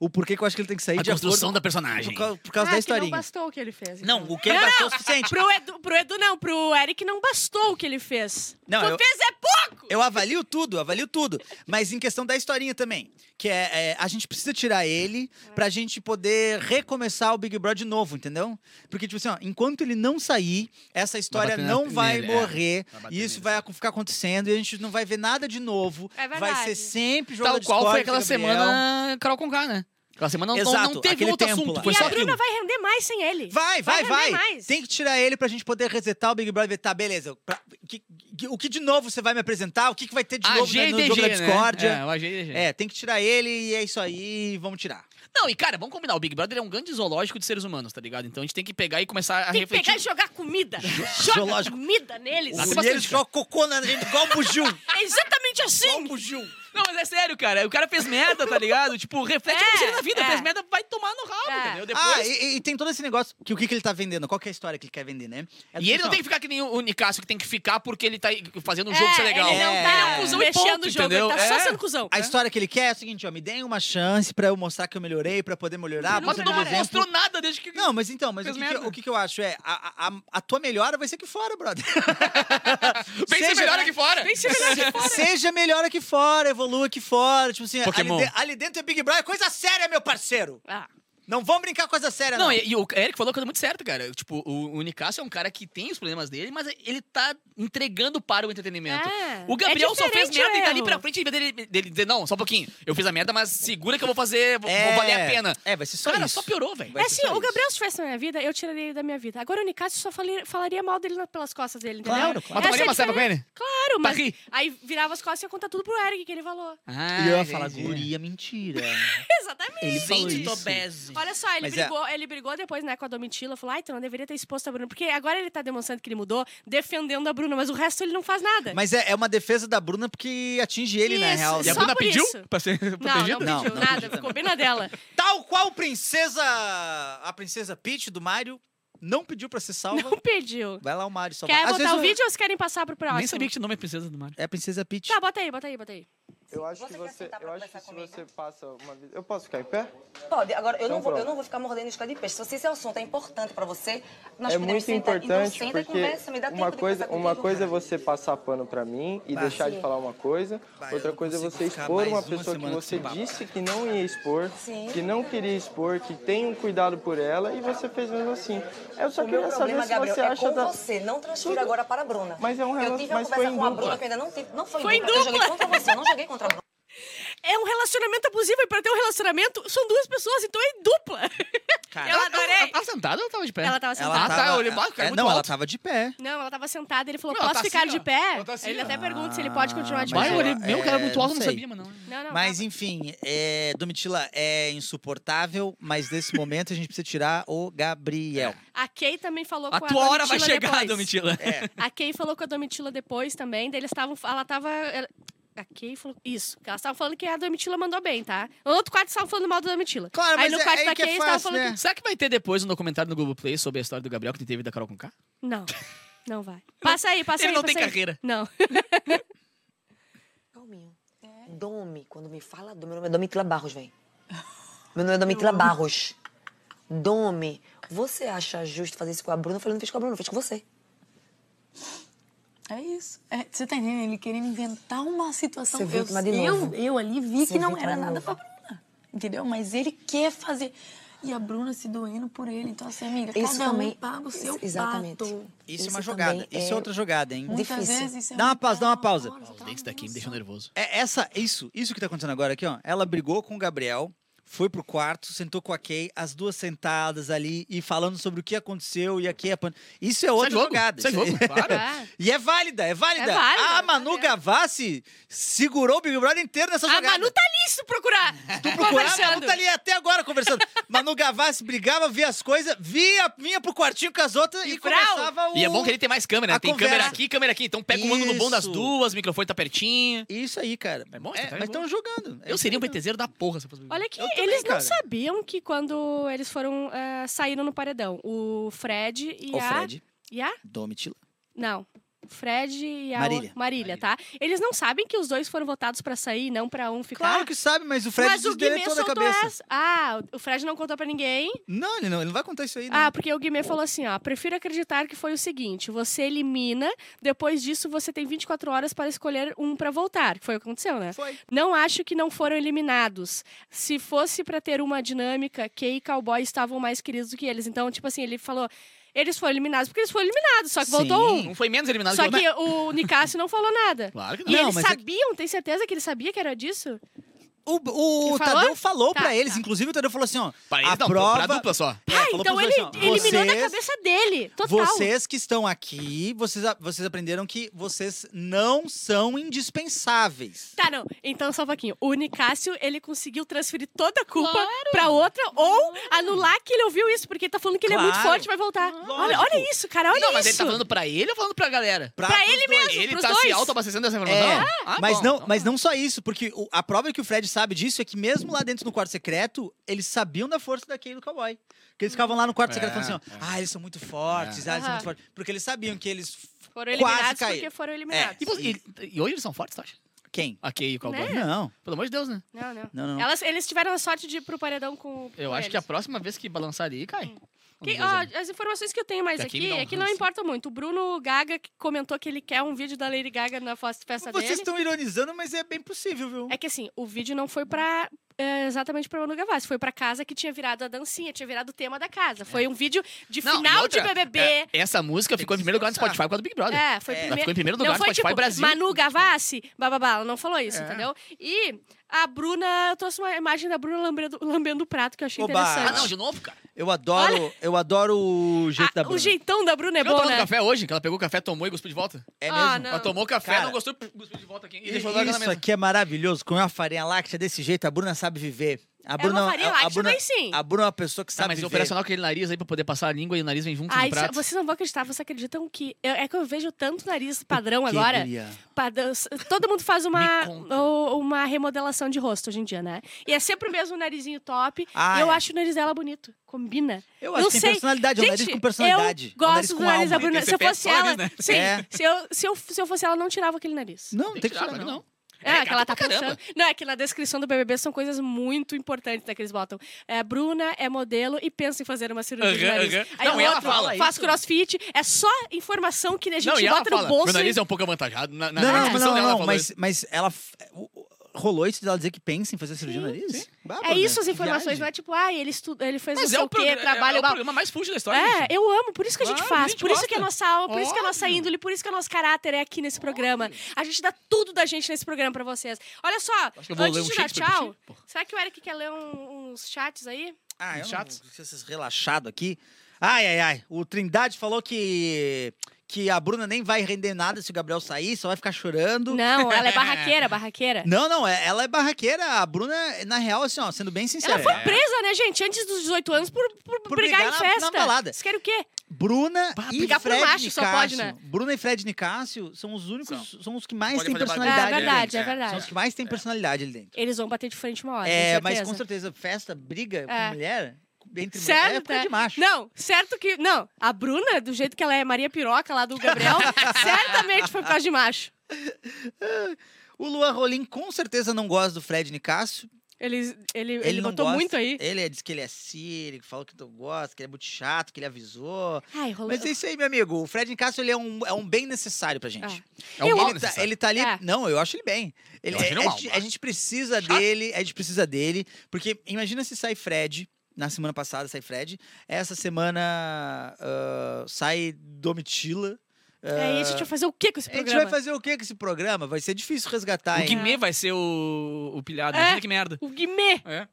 [SPEAKER 4] O porquê que eu acho que ele tem que sair
[SPEAKER 2] A
[SPEAKER 4] de
[SPEAKER 2] construção
[SPEAKER 4] acordo
[SPEAKER 2] da personagem.
[SPEAKER 4] por, causa- por causa
[SPEAKER 3] Ah,
[SPEAKER 4] da
[SPEAKER 3] que não
[SPEAKER 4] historinha.
[SPEAKER 3] bastou o que ele fez.
[SPEAKER 4] Não,
[SPEAKER 3] então.
[SPEAKER 4] o que ele gastou é o suficiente.
[SPEAKER 3] Pro Edu, pro Edu não, pro Eric não bastou o que ele fez.
[SPEAKER 4] Não,
[SPEAKER 3] tu
[SPEAKER 4] eu-
[SPEAKER 3] fez é pouco!
[SPEAKER 4] Eu avalio tudo, eu avalio tudo. Mas em questão da historinha também. Que é, é, a gente precisa tirar ele
[SPEAKER 3] É.
[SPEAKER 4] pra gente poder recomeçar o Big Brother de novo, entendeu? Porque, tipo assim, ó, enquanto ele não sair, essa história
[SPEAKER 2] bater
[SPEAKER 4] não
[SPEAKER 2] na-
[SPEAKER 4] vai
[SPEAKER 2] nele, é.
[SPEAKER 4] morrer.
[SPEAKER 2] Vai bater
[SPEAKER 4] e isso
[SPEAKER 2] nele,
[SPEAKER 4] vai ac- ficar acontecendo e a gente não vai ver nada de novo.
[SPEAKER 3] É
[SPEAKER 4] Vai ser
[SPEAKER 3] verdade.
[SPEAKER 4] sempre jogo
[SPEAKER 2] Tal
[SPEAKER 4] da
[SPEAKER 2] qual
[SPEAKER 4] Discord,
[SPEAKER 2] foi aquela
[SPEAKER 4] Gabriel.
[SPEAKER 2] semana Carol Conká, né? Aquela semana não, não-
[SPEAKER 4] Exato,
[SPEAKER 2] não teve
[SPEAKER 4] aquele
[SPEAKER 2] outro
[SPEAKER 4] tempo
[SPEAKER 2] assunto.
[SPEAKER 4] lá.
[SPEAKER 2] Foi
[SPEAKER 3] E
[SPEAKER 2] só
[SPEAKER 3] a Bruna
[SPEAKER 2] aquilo.
[SPEAKER 3] vai render mais sem ele.
[SPEAKER 4] Vai, vai, vai.
[SPEAKER 3] render mais.
[SPEAKER 4] Tem que tirar ele pra gente poder resetar o Big Brother e ver, tá, beleza. pra- que- que- o que de novo você vai me apresentar? O que, que vai ter de
[SPEAKER 2] A
[SPEAKER 4] novo né, no jogo da
[SPEAKER 2] GDG,
[SPEAKER 4] Discord?
[SPEAKER 2] né? É, o AGDG.
[SPEAKER 4] É, tem que tirar ele e é isso aí, vamos tirar.
[SPEAKER 2] Não, e cara, vamos combinar. O Big Brother é um grande zoológico de seres humanos, tá ligado? Então a gente tem que pegar e começar a
[SPEAKER 3] Tem que
[SPEAKER 2] refletir.
[SPEAKER 3] pegar e jogar comida. Joga
[SPEAKER 4] Zoológico.
[SPEAKER 3] comida neles.
[SPEAKER 2] Exato.
[SPEAKER 4] E eles jogam cocô na gente, igual o Bugil.
[SPEAKER 3] É Exatamente assim.
[SPEAKER 4] Bugil.
[SPEAKER 2] Não, mas é sério, cara. O cara fez merda, tá ligado? Tipo, reflete
[SPEAKER 3] É,
[SPEAKER 2] o que ele na vida.
[SPEAKER 3] é.
[SPEAKER 2] Fez merda, vai tomar no rabo,
[SPEAKER 3] É.
[SPEAKER 2] entendeu? Depois...
[SPEAKER 4] Ah, e, e tem todo esse negócio que o que, que ele tá vendendo, qual que é a história que ele quer vender, né? É
[SPEAKER 2] E ele não
[SPEAKER 4] discussão.
[SPEAKER 2] tem que ficar que nem o Nicásio, que tem que ficar porque ele tá fazendo um
[SPEAKER 3] É,
[SPEAKER 2] jogo ser legal.
[SPEAKER 3] Ele não
[SPEAKER 4] É.
[SPEAKER 3] tá
[SPEAKER 2] Ele é um cuzão e
[SPEAKER 3] mexendo
[SPEAKER 2] ponto,
[SPEAKER 3] no jogo,
[SPEAKER 2] entendeu?
[SPEAKER 3] ele tá só
[SPEAKER 2] É.
[SPEAKER 3] sendo cuzão.
[SPEAKER 4] A história que ele quer é o seguinte, ó, me deem uma chance pra eu mostrar que eu melhorei, pra poder melhorar,
[SPEAKER 2] Mas
[SPEAKER 4] posso
[SPEAKER 2] tu
[SPEAKER 4] dar
[SPEAKER 2] não
[SPEAKER 4] um exemplo.
[SPEAKER 2] mostrou nada desde que.
[SPEAKER 4] Não, mas então, mas o
[SPEAKER 2] Fez
[SPEAKER 4] que, que-
[SPEAKER 2] merda.
[SPEAKER 4] o que que eu acho é, a, a- a- a tua melhora vai ser aqui fora, brother.
[SPEAKER 2] Vem ser melhor aqui fora. Vem ser melhor aqui fora.
[SPEAKER 4] Seja melhor aqui fora, evolua aqui fora, tipo assim, ali,
[SPEAKER 2] Pokémon.
[SPEAKER 4] de- ali dentro é Big Brother, é coisa séria, meu parceiro.
[SPEAKER 3] Ah,
[SPEAKER 4] Não vamos brincar coisa séria, não.
[SPEAKER 2] Não, e, e o Eric falou uma coisa muito certa, cara. Tipo, o, o Nicásio é um cara que tem os problemas dele, mas ele tá entregando para o entretenimento.
[SPEAKER 3] É.
[SPEAKER 2] O Gabriel
[SPEAKER 3] É
[SPEAKER 2] só fez
[SPEAKER 3] diferente o
[SPEAKER 2] merda e dali
[SPEAKER 3] erro.
[SPEAKER 2] pra frente, em vez dele, dele dizer, não, só um pouquinho. Eu fiz a merda, mas segura que eu vou fazer, vou- vou valer a pena.
[SPEAKER 4] É, vai ser só
[SPEAKER 2] Cara,
[SPEAKER 4] isso.
[SPEAKER 2] só piorou, velho.
[SPEAKER 4] Vai
[SPEAKER 3] É
[SPEAKER 4] ser
[SPEAKER 3] assim,
[SPEAKER 4] só
[SPEAKER 3] o
[SPEAKER 4] isso.
[SPEAKER 3] Gabriel se tivesse na minha vida, eu tiraria ele da minha vida. Agora o Nicásio só falaria, falaria mal dele na- pelas costas dele, entendeu?
[SPEAKER 4] Claro, claro.
[SPEAKER 2] Mas
[SPEAKER 3] Essa é
[SPEAKER 2] tomaria
[SPEAKER 3] a
[SPEAKER 2] uma cepa com
[SPEAKER 3] diferença.
[SPEAKER 2] ele?
[SPEAKER 4] Tá
[SPEAKER 3] Claro,
[SPEAKER 2] Pra
[SPEAKER 3] mas
[SPEAKER 2] rir.
[SPEAKER 3] aí virava as costas e ia contar tudo pro Eric que ele falou.
[SPEAKER 2] Ah,
[SPEAKER 4] E eu ia falar,
[SPEAKER 2] entendi.
[SPEAKER 4] guria, mentira.
[SPEAKER 3] Exatamente.
[SPEAKER 4] Ele falou
[SPEAKER 2] Gente,
[SPEAKER 4] isso.
[SPEAKER 2] Tobese.
[SPEAKER 3] Olha só, ele
[SPEAKER 4] Mas é-
[SPEAKER 3] brigou, ele brigou depois, né, com a Domitila, falou: "Ai, tu não deveria ter exposto a Bruna", porque agora ele tá demonstrando que ele mudou, defendendo a Bruna, mas o resto ele não faz nada.
[SPEAKER 4] Mas é, é uma defesa da Bruna porque atinge ele, na
[SPEAKER 3] Isso,
[SPEAKER 4] real.
[SPEAKER 2] E a
[SPEAKER 3] só
[SPEAKER 2] Bruna
[SPEAKER 3] por
[SPEAKER 2] pediu
[SPEAKER 3] isso.
[SPEAKER 2] pra ser
[SPEAKER 3] Não,
[SPEAKER 2] protegida?
[SPEAKER 3] não pediu
[SPEAKER 4] Não, não
[SPEAKER 3] nada,
[SPEAKER 4] pediu também.
[SPEAKER 3] ficou bem na dela.
[SPEAKER 2] Então
[SPEAKER 4] Tal qual princesa. A princesa Peach do Mario não pediu pra ser salva.
[SPEAKER 3] Não pediu.
[SPEAKER 4] Vai lá o Mario salvar.
[SPEAKER 3] Quer
[SPEAKER 4] Às
[SPEAKER 3] botar
[SPEAKER 4] vezes
[SPEAKER 3] o
[SPEAKER 4] eu-
[SPEAKER 3] vídeo ou vocês querem passar pro próximo?
[SPEAKER 2] Nem sabia que tinha nome é Princesa do Mar.
[SPEAKER 4] É a princesa Peach.
[SPEAKER 3] Tá, bota aí, bota aí, bota aí.
[SPEAKER 7] Eu acho
[SPEAKER 6] Você
[SPEAKER 7] que
[SPEAKER 6] quer
[SPEAKER 7] você,
[SPEAKER 6] sentar pra
[SPEAKER 7] eu acho que
[SPEAKER 6] conversar
[SPEAKER 7] se
[SPEAKER 6] comigo?
[SPEAKER 7] você passa uma vida, eu posso ficar em pé?
[SPEAKER 6] Pode, agora eu, não
[SPEAKER 7] Então
[SPEAKER 6] vou, eu
[SPEAKER 7] pronto.
[SPEAKER 6] não vou ficar mordendo isca de peixe. Se você- esse assunto é importante pra você, nós
[SPEAKER 7] é
[SPEAKER 6] podemos
[SPEAKER 7] muito
[SPEAKER 6] sentar.
[SPEAKER 7] importante
[SPEAKER 6] então, senta e
[SPEAKER 7] porque
[SPEAKER 6] conversa, me dá tempo
[SPEAKER 7] uma
[SPEAKER 6] de
[SPEAKER 7] coisa,
[SPEAKER 6] conversar contigo.
[SPEAKER 7] uma coisa é você passar pano pra mim e deixar de falar uma coisa,
[SPEAKER 4] Bah, eu
[SPEAKER 7] outra
[SPEAKER 4] não
[SPEAKER 7] coisa é
[SPEAKER 4] consigo
[SPEAKER 7] você
[SPEAKER 4] ficar
[SPEAKER 7] expor
[SPEAKER 4] mais
[SPEAKER 7] uma
[SPEAKER 4] uma
[SPEAKER 7] pessoa que
[SPEAKER 4] semana
[SPEAKER 7] você
[SPEAKER 4] sem papo.
[SPEAKER 7] disse que não ia expor,
[SPEAKER 6] Sim.
[SPEAKER 7] que não queria expor, que tem um cuidado por ela e você fez mesmo assim. Eu só
[SPEAKER 6] O meu
[SPEAKER 7] queria saber
[SPEAKER 6] problema,
[SPEAKER 7] se
[SPEAKER 6] Gabriel,
[SPEAKER 7] você
[SPEAKER 6] é
[SPEAKER 7] acha
[SPEAKER 6] com
[SPEAKER 7] da
[SPEAKER 6] você. Não transfira agora para a Bruna.
[SPEAKER 7] Mas é
[SPEAKER 6] Eu
[SPEAKER 7] um relacion-
[SPEAKER 6] tive uma
[SPEAKER 7] mas
[SPEAKER 6] conversa
[SPEAKER 7] foi em
[SPEAKER 6] com a
[SPEAKER 7] dupla.
[SPEAKER 6] Bruna que eu ainda não tive. Não foi,
[SPEAKER 3] Foi em
[SPEAKER 6] dupla. Eu joguei
[SPEAKER 3] dupla.
[SPEAKER 6] contra você, eu não joguei contra a Bruna.
[SPEAKER 3] É um relacionamento abusivo e pra ter um relacionamento são duas pessoas, então é dupla. Eu
[SPEAKER 2] Ela
[SPEAKER 3] adorei.
[SPEAKER 2] tava sentada ou tava de pé?
[SPEAKER 3] Ela tava sentada.
[SPEAKER 2] Ah, tá. Eu olhei baixo, cara,
[SPEAKER 4] É,
[SPEAKER 2] muito
[SPEAKER 4] não, ela
[SPEAKER 2] alto.
[SPEAKER 4] tava de pé.
[SPEAKER 3] Não, ela tava sentada, ele falou,
[SPEAKER 2] Não, ela
[SPEAKER 3] posso
[SPEAKER 2] tá
[SPEAKER 3] ficar
[SPEAKER 2] assim,
[SPEAKER 3] de
[SPEAKER 2] ó.
[SPEAKER 3] pé?
[SPEAKER 2] Ela tá assim,
[SPEAKER 3] ele
[SPEAKER 2] ó.
[SPEAKER 3] até pergunta se ele pode continuar tá de
[SPEAKER 2] Vai,
[SPEAKER 4] Mas
[SPEAKER 2] eu
[SPEAKER 4] ela-
[SPEAKER 3] pé.
[SPEAKER 2] olhei. Meu, cara,
[SPEAKER 4] é,
[SPEAKER 2] muito alto, eu não
[SPEAKER 4] não sei.
[SPEAKER 2] sabia, mas não.
[SPEAKER 3] Não, não,
[SPEAKER 4] Mas
[SPEAKER 3] tava-
[SPEAKER 4] enfim, é, Domitila é insuportável, mas nesse momento a gente precisa tirar o Gabriel.
[SPEAKER 3] A Kay também falou
[SPEAKER 2] A
[SPEAKER 3] com a
[SPEAKER 2] tua hora vai
[SPEAKER 3] Domitila
[SPEAKER 2] chegar,
[SPEAKER 3] depois.
[SPEAKER 2] Domitila.
[SPEAKER 3] A Kay falou com a Domitila depois também, daí eles estavam. Ela tava. ela- A Kay falou. Isso, que elas estavam falando que a Domitila mandou bem, tá? No outro quarto estavam falando mal da Domitila.
[SPEAKER 4] Claro,
[SPEAKER 3] Aí
[SPEAKER 4] mas
[SPEAKER 3] no
[SPEAKER 4] é-
[SPEAKER 3] quarto
[SPEAKER 4] aí
[SPEAKER 3] da
[SPEAKER 4] que é
[SPEAKER 3] Kay eles estavam
[SPEAKER 4] fácil,
[SPEAKER 3] falando
[SPEAKER 4] né?
[SPEAKER 3] que.
[SPEAKER 2] Será que vai ter depois um documentário no Google Play sobre a história do Gabriel que teve da Carol Conká?
[SPEAKER 3] Não, não vai. Passa aí, passa
[SPEAKER 2] Ele
[SPEAKER 3] aí.
[SPEAKER 2] não
[SPEAKER 3] passa
[SPEAKER 2] tem
[SPEAKER 3] aí.
[SPEAKER 2] carreira.
[SPEAKER 3] Não.
[SPEAKER 6] Calminho. Domi, quando me fala do meu nome é Domitila Barros, velho. Meu nome é Domitila Barros. Domi, você acha justo fazer isso com a Bruna? Eu falei, não fiz com a Bruna, fiz com você.
[SPEAKER 8] É isso. É, você tá entendendo? Ele queria inventar uma situação.
[SPEAKER 6] Você
[SPEAKER 8] eu,
[SPEAKER 6] vítima de novo.
[SPEAKER 8] eu, eu ali vi
[SPEAKER 6] Você
[SPEAKER 8] que não
[SPEAKER 6] vítima
[SPEAKER 8] era
[SPEAKER 6] de
[SPEAKER 8] nada
[SPEAKER 6] novo.
[SPEAKER 8] pra Bruna. Entendeu? Mas ele quer fazer. E a Bruna se doendo por ele. Então, assim, amiga,
[SPEAKER 6] Isso
[SPEAKER 8] cada
[SPEAKER 6] também-
[SPEAKER 8] um paga o seu
[SPEAKER 6] Isso, exatamente.
[SPEAKER 8] pato.
[SPEAKER 4] Isso, é
[SPEAKER 6] Isso
[SPEAKER 4] uma jogada.
[SPEAKER 6] também
[SPEAKER 4] Isso
[SPEAKER 6] é
[SPEAKER 4] é outra jogada, hein?
[SPEAKER 8] Muitas
[SPEAKER 6] Difícil.
[SPEAKER 8] vezes isso é
[SPEAKER 4] Dá uma pausa, dá uma pausa.
[SPEAKER 8] hora,
[SPEAKER 2] Os
[SPEAKER 8] tá?
[SPEAKER 2] dentes daqui me deixam nervoso.
[SPEAKER 4] É essa, isso, isso que tá acontecendo agora aqui, ó. Ela brigou com o Gabriel, foi pro quarto, sentou com a Kay, as duas sentadas ali e falando sobre o que aconteceu e a Kay apan... Isso é outra
[SPEAKER 2] jogo,
[SPEAKER 4] jogada.
[SPEAKER 2] isso é jogo,
[SPEAKER 4] aí-
[SPEAKER 2] claro.
[SPEAKER 3] Ah.
[SPEAKER 4] E é válida, é válida.
[SPEAKER 3] É válida,
[SPEAKER 4] a Manu
[SPEAKER 3] tá
[SPEAKER 4] Gavassi segurou o Big Brother inteiro nessa
[SPEAKER 3] A
[SPEAKER 4] jogada.
[SPEAKER 3] Manu tá ali se tu procurar.
[SPEAKER 4] Tu procurava, a Manu tá ali até agora conversando. Manu Gavassi brigava, via as coisas, via, vinha pro quartinho com as outras e, um
[SPEAKER 3] E frau.
[SPEAKER 4] começava o...
[SPEAKER 2] E é bom que ele tem mais câmera, né?
[SPEAKER 4] a
[SPEAKER 2] Tem câmera
[SPEAKER 4] conversa.
[SPEAKER 2] aqui, câmera aqui. Então pega um ângulo bom das
[SPEAKER 4] Isso.
[SPEAKER 2] duas, o microfone tá pertinho.
[SPEAKER 4] Isso aí, cara.
[SPEAKER 2] É bom,
[SPEAKER 4] É,
[SPEAKER 2] esse cara é
[SPEAKER 4] mas
[SPEAKER 2] bom.
[SPEAKER 4] estão jogando. É
[SPEAKER 2] Eu seria um
[SPEAKER 4] jogando.
[SPEAKER 2] PTZero da porra se eu fosse. um
[SPEAKER 3] Olha que
[SPEAKER 4] Eu também,
[SPEAKER 3] eles não
[SPEAKER 4] cara.
[SPEAKER 3] sabiam que quando eles foram. eh, saíram no paredão. O Fred e
[SPEAKER 4] Ô,
[SPEAKER 3] a.
[SPEAKER 4] Fred,
[SPEAKER 3] E a.
[SPEAKER 4] Domitila.
[SPEAKER 3] Não. Fred e a
[SPEAKER 4] Marília.
[SPEAKER 3] o- Marília, tá? Eles não sabem que os dois foram votados pra sair, não pra um ficar.
[SPEAKER 4] Claro que sabe, mas o Fred
[SPEAKER 3] Mas o Guimê
[SPEAKER 4] desdeletou da
[SPEAKER 3] soltou
[SPEAKER 4] cabeça.
[SPEAKER 3] essa. Ah, o Fred não contou pra ninguém.
[SPEAKER 4] Não, ele não, ele não vai contar isso aí. né?
[SPEAKER 3] Ah, porque o Guimê falou assim, ó. Prefiro acreditar que foi o seguinte. Você elimina, depois disso você tem 24 horas para escolher um pra voltar. Que foi o que aconteceu, né?
[SPEAKER 4] Foi.
[SPEAKER 3] Não acho que não foram eliminados. Se fosse pra ter uma dinâmica, Kay e Cowboy estavam mais queridos do que eles. Então, tipo assim, ele falou... Eles foram eliminados porque eles foram eliminados, só que voltou
[SPEAKER 4] Sim.
[SPEAKER 3] um.
[SPEAKER 2] Não foi menos eliminado
[SPEAKER 3] Só
[SPEAKER 2] o
[SPEAKER 3] que o Nicásio não falou nada.
[SPEAKER 2] Claro que
[SPEAKER 3] E
[SPEAKER 2] não.
[SPEAKER 4] é Não,
[SPEAKER 3] eles
[SPEAKER 4] mas é que-
[SPEAKER 3] sabiam, tem certeza que ele sabia que era disso?
[SPEAKER 4] O, o
[SPEAKER 3] Que falou?
[SPEAKER 4] Tadeu falou
[SPEAKER 3] Tá,
[SPEAKER 4] pra eles,
[SPEAKER 3] tá.
[SPEAKER 4] inclusive o Tadeu falou assim, ó.
[SPEAKER 2] Pra
[SPEAKER 4] a
[SPEAKER 2] eles não,
[SPEAKER 4] prova...
[SPEAKER 2] pra dupla só.
[SPEAKER 4] É,
[SPEAKER 3] Ah,
[SPEAKER 4] falou
[SPEAKER 3] então
[SPEAKER 4] pros
[SPEAKER 3] ele
[SPEAKER 4] dois assim, ó,
[SPEAKER 3] eliminou da
[SPEAKER 4] vocês-
[SPEAKER 3] cabeça dele. Total.
[SPEAKER 4] Vocês que estão aqui, vocês, a- vocês aprenderam que vocês não são indispensáveis.
[SPEAKER 3] Tá, não. Então, só um pouquinho. O Nicásio, ele conseguiu transferir toda a culpa pra outra ou anular que ele ouviu isso, porque ele tá falando que ele é muito
[SPEAKER 4] Claro.
[SPEAKER 3] forte e vai voltar. Olha, olha isso, cara, olha
[SPEAKER 2] não, mas ele
[SPEAKER 3] isso.
[SPEAKER 2] tá falando pra ele ou falando pra galera?
[SPEAKER 3] Pra ele mesmo,
[SPEAKER 2] ele
[SPEAKER 3] pros
[SPEAKER 2] tá se
[SPEAKER 3] dois.
[SPEAKER 2] auto-abastecendo dessa informação?
[SPEAKER 4] É,
[SPEAKER 2] Ah,
[SPEAKER 4] mas,
[SPEAKER 2] bom,
[SPEAKER 4] não,
[SPEAKER 2] então
[SPEAKER 4] mas
[SPEAKER 2] tá.
[SPEAKER 4] não só isso, porque o- a prova que o Fred sabe disso é que mesmo lá dentro no quarto secreto, eles sabiam da força da Kay e do Cowboy. Porque eles ficavam lá no quarto
[SPEAKER 2] É,
[SPEAKER 4] secreto falando assim, ó,
[SPEAKER 2] é.
[SPEAKER 4] ah, eles são muito fortes, ah, eles são
[SPEAKER 3] Aham.
[SPEAKER 4] muito fortes. Porque eles sabiam que eles...
[SPEAKER 3] Foram
[SPEAKER 4] Quase
[SPEAKER 3] eliminados
[SPEAKER 4] caíram.
[SPEAKER 3] porque foram eliminados.
[SPEAKER 2] É. E, vo- e- e hoje eles são fortes, tu acha?
[SPEAKER 4] Quem?
[SPEAKER 2] A Kay e o Cowboy.
[SPEAKER 3] Né? É.
[SPEAKER 4] Não,
[SPEAKER 2] Pelo amor de Deus, né?
[SPEAKER 3] Não, não.
[SPEAKER 4] não, não. não.
[SPEAKER 3] Elas, eles tiveram a sorte de ir pro paredão com.
[SPEAKER 2] Eu
[SPEAKER 3] com
[SPEAKER 2] acho que a
[SPEAKER 3] eles.
[SPEAKER 2] próxima vez que balançar ali, cai. Um
[SPEAKER 3] Hum. Que-
[SPEAKER 2] dos dois
[SPEAKER 3] ó,
[SPEAKER 2] ali.
[SPEAKER 3] as informações que eu tenho mais
[SPEAKER 2] Que aqui me
[SPEAKER 3] aqui
[SPEAKER 2] dá um
[SPEAKER 3] é que não
[SPEAKER 2] ranço.
[SPEAKER 3] importa muito. O Bruno Gaga que comentou que ele quer um vídeo da Lady Gaga na fos- festa
[SPEAKER 4] Vocês
[SPEAKER 3] dele.
[SPEAKER 4] estão ironizando, mas é bem possível, viu?
[SPEAKER 3] É que assim, o vídeo não foi pra. é, exatamente pra Manu Gavassi. Foi pra casa que tinha virado a dancinha, tinha virado o tema da casa. Foi um vídeo de
[SPEAKER 2] É. Não, e
[SPEAKER 3] final
[SPEAKER 2] outra,
[SPEAKER 3] de BBB.
[SPEAKER 2] é, essa música ficou em primeiro lugar no
[SPEAKER 4] descansar.
[SPEAKER 2] Spotify por causa do Big Brother.
[SPEAKER 3] É, foi primeiro.
[SPEAKER 2] Ela ficou em primeiro lugar
[SPEAKER 3] não
[SPEAKER 2] no
[SPEAKER 3] foi
[SPEAKER 2] Spotify
[SPEAKER 3] tipo,
[SPEAKER 2] Brasil. É.
[SPEAKER 3] Manu Gavassi, bababá, ela não falou isso, entendeu? E a Bruna, eu trouxe uma imagem da Bruna lambendo, lambendo o prato que eu achei
[SPEAKER 4] Oba.
[SPEAKER 2] Ah,
[SPEAKER 3] interessante.
[SPEAKER 2] não, de novo, cara.
[SPEAKER 4] Eu adoro, eu adoro o jeito
[SPEAKER 3] Ah,
[SPEAKER 4] da Bruna.
[SPEAKER 3] O jeitão da Bruna é
[SPEAKER 2] Viu ela
[SPEAKER 3] bom,
[SPEAKER 2] tomando
[SPEAKER 3] né?
[SPEAKER 2] café hoje, que ela pegou o café, tomou e cuspiu de volta.
[SPEAKER 4] É mesmo?
[SPEAKER 3] Ah, não.
[SPEAKER 2] Ela tomou o café,
[SPEAKER 4] Cara.
[SPEAKER 2] não gostou, cuspiu de volta aqui. E deixou ela na
[SPEAKER 4] Isso
[SPEAKER 2] mesa.
[SPEAKER 4] aqui é maravilhoso. Comer uma farinha láctea desse jeito, a Bruna sabe viver. A Bruna,
[SPEAKER 3] É uma farinha
[SPEAKER 4] a- a
[SPEAKER 3] láctea,
[SPEAKER 4] Bruna-
[SPEAKER 3] mas sim.
[SPEAKER 4] A Bruna é uma pessoa que
[SPEAKER 2] Tá,
[SPEAKER 4] sabe
[SPEAKER 2] mas
[SPEAKER 4] viver.
[SPEAKER 2] o operacional com aquele nariz aí pra poder passar a língua e o nariz vem junto
[SPEAKER 3] Ai,
[SPEAKER 2] no
[SPEAKER 3] Ah, isso-
[SPEAKER 2] um prato.
[SPEAKER 3] vocês não vão acreditar, vocês acreditam que. eu- é que eu vejo tanto nariz padrão
[SPEAKER 4] Que
[SPEAKER 3] agora.
[SPEAKER 4] guria.
[SPEAKER 3] Padrão- todo mundo faz uma,
[SPEAKER 2] Me conta.
[SPEAKER 3] o- uma remodelação de rosto hoje em dia, né? E é sempre o mesmo narizinho top.
[SPEAKER 4] Ah,
[SPEAKER 3] e eu
[SPEAKER 4] é.
[SPEAKER 3] acho o nariz dela bonito. Combina.
[SPEAKER 4] Eu acho
[SPEAKER 3] não
[SPEAKER 4] que tem
[SPEAKER 3] sei.
[SPEAKER 4] personalidade, é um
[SPEAKER 3] Gente,
[SPEAKER 4] nariz com personalidade.
[SPEAKER 3] Eu gosto
[SPEAKER 4] é um nariz
[SPEAKER 3] do
[SPEAKER 4] com
[SPEAKER 3] nariz da
[SPEAKER 4] alma.
[SPEAKER 3] Bruna.
[SPEAKER 2] Tem que
[SPEAKER 3] Se eu
[SPEAKER 2] ser
[SPEAKER 3] fosse
[SPEAKER 2] pé só,
[SPEAKER 3] ela.
[SPEAKER 2] né?
[SPEAKER 3] Sim.
[SPEAKER 4] É.
[SPEAKER 3] Se, eu, se, eu, se eu fosse ela, eu não tirava aquele nariz.
[SPEAKER 4] Não, tem que
[SPEAKER 2] tirar,
[SPEAKER 4] tirar,
[SPEAKER 2] mas
[SPEAKER 4] não.
[SPEAKER 2] É,
[SPEAKER 3] É,
[SPEAKER 2] gato
[SPEAKER 3] que ela tá
[SPEAKER 2] pra caramba.
[SPEAKER 3] pensando. Não, é que na descrição do BBB são coisas muito importantes né, que eles botam. É, Bruna é modelo e pensa em fazer uma cirurgia de
[SPEAKER 2] Aham,
[SPEAKER 3] nariz.
[SPEAKER 2] aham.
[SPEAKER 3] Aí
[SPEAKER 2] Não,
[SPEAKER 3] o
[SPEAKER 2] e ela
[SPEAKER 3] outro
[SPEAKER 2] fala
[SPEAKER 3] faz crossfit. É só informação que a gente
[SPEAKER 2] não, e ela
[SPEAKER 3] bota
[SPEAKER 2] fala,
[SPEAKER 3] no bolso.
[SPEAKER 2] meu nariz
[SPEAKER 3] e-
[SPEAKER 2] é um pouco avantajado. Na, na
[SPEAKER 4] Não,
[SPEAKER 2] na
[SPEAKER 4] não,
[SPEAKER 2] descrição
[SPEAKER 4] não, não,
[SPEAKER 2] dela, ela
[SPEAKER 4] não,
[SPEAKER 2] falou
[SPEAKER 4] Mas,
[SPEAKER 2] isso.
[SPEAKER 4] mas ela... f- o- o- Rolou isso dela dizer que pensa em fazer cirurgia no nariz? Bah,
[SPEAKER 3] É
[SPEAKER 4] Bruna,
[SPEAKER 3] isso as
[SPEAKER 4] que
[SPEAKER 3] informações,
[SPEAKER 4] viagem.
[SPEAKER 3] não é tipo, ah, ele, estu... ele fez não
[SPEAKER 2] Mas
[SPEAKER 3] sei
[SPEAKER 2] é o,
[SPEAKER 3] o quê,
[SPEAKER 2] programa,
[SPEAKER 3] um trabalho...
[SPEAKER 2] é o
[SPEAKER 3] blá.
[SPEAKER 2] programa mais fujo da história,
[SPEAKER 3] É,
[SPEAKER 2] gente.
[SPEAKER 3] eu amo, por isso que a gente
[SPEAKER 2] Claro,
[SPEAKER 3] faz,
[SPEAKER 2] a gente
[SPEAKER 3] por isso que é
[SPEAKER 2] gosta.
[SPEAKER 3] nossa alma, por isso que é nossa
[SPEAKER 2] Óbvio.
[SPEAKER 3] índole, por isso que é nosso caráter é aqui nesse programa. A gente dá tudo da gente nesse programa pra vocês. Olha só,
[SPEAKER 2] Acho que eu vou ler
[SPEAKER 3] antes
[SPEAKER 2] um
[SPEAKER 3] de dar
[SPEAKER 2] Shakespeare pra
[SPEAKER 3] tchau,
[SPEAKER 2] ti, pô.
[SPEAKER 3] será que o Eric quer ler um- uns chats aí?
[SPEAKER 4] Ah, eu
[SPEAKER 2] Chato.
[SPEAKER 4] não vocês relaxado aqui. Ai, ai, ai. O Trindade falou que que a Bruna nem vai render nada se o Gabriel sair, só vai ficar chorando.
[SPEAKER 3] Não, ela é barraqueira, barraqueira.
[SPEAKER 4] Não, não, é- ela é barraqueira. A Bruna, na real, assim, ó, sendo bem sincera.
[SPEAKER 3] Ela foi presa, né, gente, antes dos 18 anos por, por,
[SPEAKER 4] Por
[SPEAKER 3] brigar,
[SPEAKER 4] brigar
[SPEAKER 3] em
[SPEAKER 4] na- na
[SPEAKER 3] festa.
[SPEAKER 4] balada.
[SPEAKER 3] Vocês querem o quê?
[SPEAKER 4] Bruna
[SPEAKER 2] Bah,
[SPEAKER 4] e
[SPEAKER 3] brigar por um
[SPEAKER 4] Fred
[SPEAKER 3] macho só
[SPEAKER 4] Nicásio.
[SPEAKER 3] pode, né?
[SPEAKER 4] Bruna e Fred Nicásio são os únicos, são, os que mais
[SPEAKER 2] Pode
[SPEAKER 4] têm
[SPEAKER 2] fazer barulho.
[SPEAKER 3] É
[SPEAKER 4] personalidade. ali
[SPEAKER 3] verdade,
[SPEAKER 4] dentro.
[SPEAKER 3] é
[SPEAKER 2] É,
[SPEAKER 4] São os
[SPEAKER 3] verdade.
[SPEAKER 4] que mais têm personalidade ali dentro.
[SPEAKER 3] Eles vão bater de frente uma hora,
[SPEAKER 4] É,
[SPEAKER 3] certeza.
[SPEAKER 4] mas com certeza, festa, briga
[SPEAKER 3] É.
[SPEAKER 4] com mulher, entre mulher, é
[SPEAKER 3] Certo,
[SPEAKER 4] época
[SPEAKER 3] né?
[SPEAKER 4] de macho.
[SPEAKER 3] Não, certo que. Não, a Bruna, do jeito que ela é Maria Piroca lá do Gabriel, certamente foi por causa de macho.
[SPEAKER 4] O Luan Rolim com certeza não gosta do Fred Nicásio.
[SPEAKER 3] Ele, ele, ele,
[SPEAKER 4] Ele, não
[SPEAKER 3] botou
[SPEAKER 4] gosta.
[SPEAKER 3] muito aí.
[SPEAKER 4] Ele disse que ele é círico, falou que não gosta, que ele é muito chato, que ele avisou.
[SPEAKER 3] Ai, rolou.
[SPEAKER 4] Mas é isso aí, meu amigo. O Fred Nicásio, ele é um, é um bem necessário pra
[SPEAKER 3] Ah.
[SPEAKER 4] gente.
[SPEAKER 2] É o
[SPEAKER 3] Eu-
[SPEAKER 2] mal
[SPEAKER 4] ele, tá,
[SPEAKER 2] necessário.
[SPEAKER 4] ele tá ali.
[SPEAKER 3] É.
[SPEAKER 4] Não, eu acho ele bem. Ele, é,
[SPEAKER 2] Eu acho ele um
[SPEAKER 4] a,
[SPEAKER 2] mal,
[SPEAKER 4] gente,
[SPEAKER 2] mas-
[SPEAKER 4] a gente precisa dele, a gente precisa dele. Porque imagina se sai Fred. Na semana passada sai Fred. Essa semana ah, sai Domitila.
[SPEAKER 3] É, e a gente vai fazer o quê com esse
[SPEAKER 4] A gente
[SPEAKER 3] programa?
[SPEAKER 4] vai fazer o que com esse programa? Vai ser difícil resgatar,
[SPEAKER 2] O
[SPEAKER 4] hein?
[SPEAKER 2] Guimê vai ser o, o pilhado.
[SPEAKER 3] É.
[SPEAKER 2] Imagina que merda.
[SPEAKER 3] O Guimê.
[SPEAKER 2] É.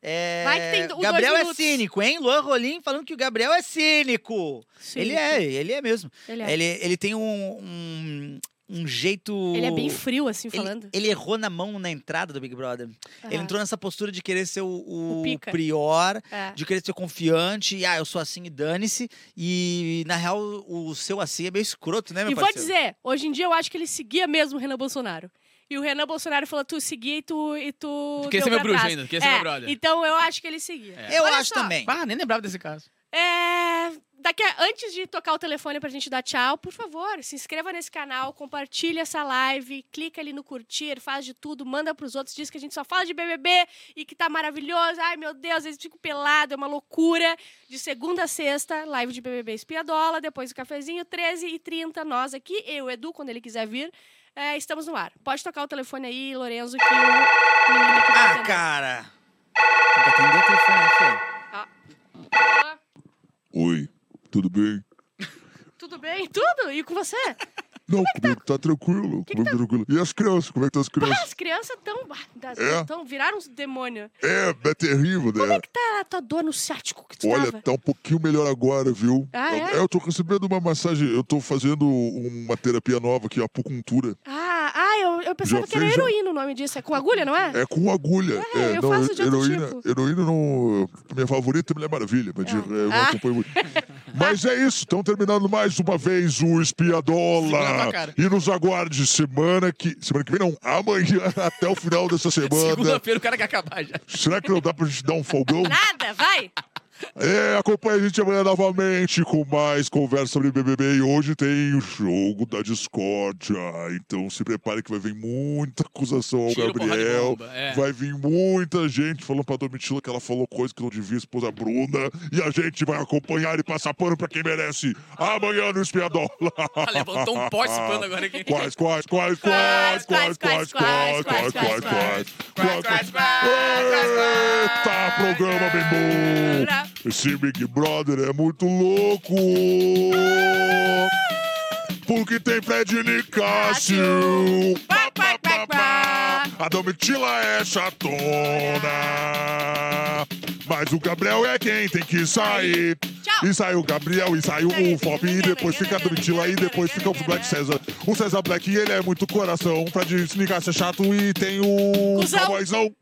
[SPEAKER 4] É,
[SPEAKER 3] Vai que tem do- os
[SPEAKER 4] Gabriel
[SPEAKER 3] dois
[SPEAKER 4] é
[SPEAKER 3] minutos.
[SPEAKER 4] cínico, hein? Luan Rolim falando que o Gabriel é cínico.
[SPEAKER 3] Sim.
[SPEAKER 4] Ele é, ele é mesmo.
[SPEAKER 3] Ele é. Ele,
[SPEAKER 4] Ele, ele tem um, um, um jeito.
[SPEAKER 3] é bem frio, assim,
[SPEAKER 4] Ele-
[SPEAKER 3] falando.
[SPEAKER 4] Ele, errou na mão na entrada do Big Brother. Ele
[SPEAKER 3] Ah,
[SPEAKER 4] entrou nessa postura de querer ser o, o
[SPEAKER 3] O pica.
[SPEAKER 4] prior,
[SPEAKER 3] é.
[SPEAKER 4] de querer ser confiante, e ah, eu sou assim e dane-se. E na real, o seu assim é meio escroto, né, meu
[SPEAKER 3] E vou
[SPEAKER 4] parceiro?
[SPEAKER 3] dizer, hoje em dia eu acho que ele seguia mesmo o Renan Bolsonaro. E o Renan Bolsonaro falou, tu seguia e tu... E tu
[SPEAKER 2] Tu queria
[SPEAKER 3] deu
[SPEAKER 2] ser meu
[SPEAKER 3] pra
[SPEAKER 2] bruxo
[SPEAKER 3] trás.
[SPEAKER 2] ainda, tu queria ser
[SPEAKER 3] é,
[SPEAKER 2] meu brother.
[SPEAKER 3] Então eu acho que ele seguia.
[SPEAKER 4] É. Eu
[SPEAKER 3] Olha
[SPEAKER 4] acho
[SPEAKER 3] só,
[SPEAKER 4] também.
[SPEAKER 2] Ah, nem lembrava desse caso.
[SPEAKER 3] É, daqui a- antes de tocar o telefone pra gente dar tchau, por favor, se inscreva nesse canal, compartilha essa live, clica ali no curtir, faz de tudo, manda pros outros, diz que a gente só fala de BBB e que tá maravilhoso. Ai, meu Deus, às vezes fico pelado, é uma loucura. De segunda a sexta, live de BBB Espiadola, depois o cafezinho, 13h30, nós aqui, eu, Edu, quando ele quiser vir, é, estamos no ar. Pode tocar o telefone aí, Lorenzo, que o menino aqui tá vai
[SPEAKER 4] Ah,
[SPEAKER 3] atender.
[SPEAKER 4] cara! Tem que atender o telefone, né, filho?
[SPEAKER 1] Oi, tudo bem?
[SPEAKER 3] Tudo bem? Tudo? E com você?
[SPEAKER 1] Não, comigo tá tranquilo, comigo tá tranquilo. E as crianças, como é que tá as
[SPEAKER 3] Ah,
[SPEAKER 1] crianças?
[SPEAKER 3] as crianças tão, bah, das-
[SPEAKER 1] É?
[SPEAKER 3] tão viraram uns demônios.
[SPEAKER 1] É, é terrível, né?
[SPEAKER 3] Que tá a tua dor no ciático que tu
[SPEAKER 1] Olha,
[SPEAKER 3] tava?
[SPEAKER 1] tá um pouquinho melhor agora, viu?
[SPEAKER 3] Ah, é?
[SPEAKER 1] Eu- Eu tô recebendo uma massagem, eu tô fazendo uma terapia nova aqui, acupuntura.
[SPEAKER 3] Ah, ah, eu, eu pensava
[SPEAKER 1] Já
[SPEAKER 3] que era
[SPEAKER 1] fez, já?
[SPEAKER 3] heroína o nome disso. É com agulha, não é?
[SPEAKER 1] É com agulha.
[SPEAKER 3] Ah, eu
[SPEAKER 1] não,
[SPEAKER 3] faço de outro
[SPEAKER 1] heroína,
[SPEAKER 3] tipo.
[SPEAKER 1] heroína não. Minha favorita é Mulher Maravilha, mas de- eu não
[SPEAKER 3] Ah.
[SPEAKER 1] acompanho muito. Mas é isso, estão terminando mais uma vez o
[SPEAKER 2] Segura
[SPEAKER 1] Espiadola.
[SPEAKER 2] tua cara.
[SPEAKER 1] E nos aguarde semana que. Semana que vem não, amanhã até o final dessa semana.
[SPEAKER 2] Segunda-feira o cara quer acabar já.
[SPEAKER 1] Será que não dá pra gente dar um folgão?
[SPEAKER 3] Nada, vai!
[SPEAKER 1] É, acompanha a gente amanhã novamente com mais conversa sobre BBB. E hoje tem o jogo da discórdia. Então se prepare que vai vir muita acusação ao
[SPEAKER 2] Tiro, porrada e
[SPEAKER 1] Gabriel.
[SPEAKER 2] bomba, é.
[SPEAKER 1] Vai vir muita gente falando pra Domitila que ela falou coisa que não devia expor a Bruna. E a gente vai acompanhar e passar pano pra quem merece. Amanhã no Espiadola.
[SPEAKER 2] levantou um poste de pano agora aqui.
[SPEAKER 1] Quais, quais, quais, quais,
[SPEAKER 3] Quais,
[SPEAKER 1] quais, quais,
[SPEAKER 3] quais,
[SPEAKER 1] quais,
[SPEAKER 3] quais,
[SPEAKER 1] quais,
[SPEAKER 3] quais,
[SPEAKER 1] quais,
[SPEAKER 3] quais,
[SPEAKER 1] quais.
[SPEAKER 2] quais, quais,
[SPEAKER 1] Eita, programa bem bom. Esse Big Brother é muito louco! Porque tem Fred Nicásio! Pá, pá, pá, pá. A Domitila é chatona! Mas o Gabriel é quem tem que sair!
[SPEAKER 3] Tchau.
[SPEAKER 1] E saiu o Gabriel, e saiu o Fop, e depois fica a Domitila, e depois fica o Black César. O César Black, ele é muito coração. Fred Nicásio é chato e tem o
[SPEAKER 3] Cusão.
[SPEAKER 1] Cowboyzão.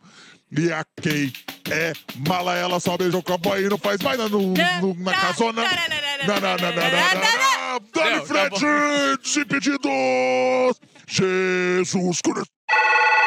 [SPEAKER 1] E a Kay é mala, ela só beija o cowboy e não faz mais nada no, no- na casona. Na, na, na, na, na, na, na. Dani
[SPEAKER 2] Não, tá bom.
[SPEAKER 1] Fred, desimpedidos! Jesus Cristo!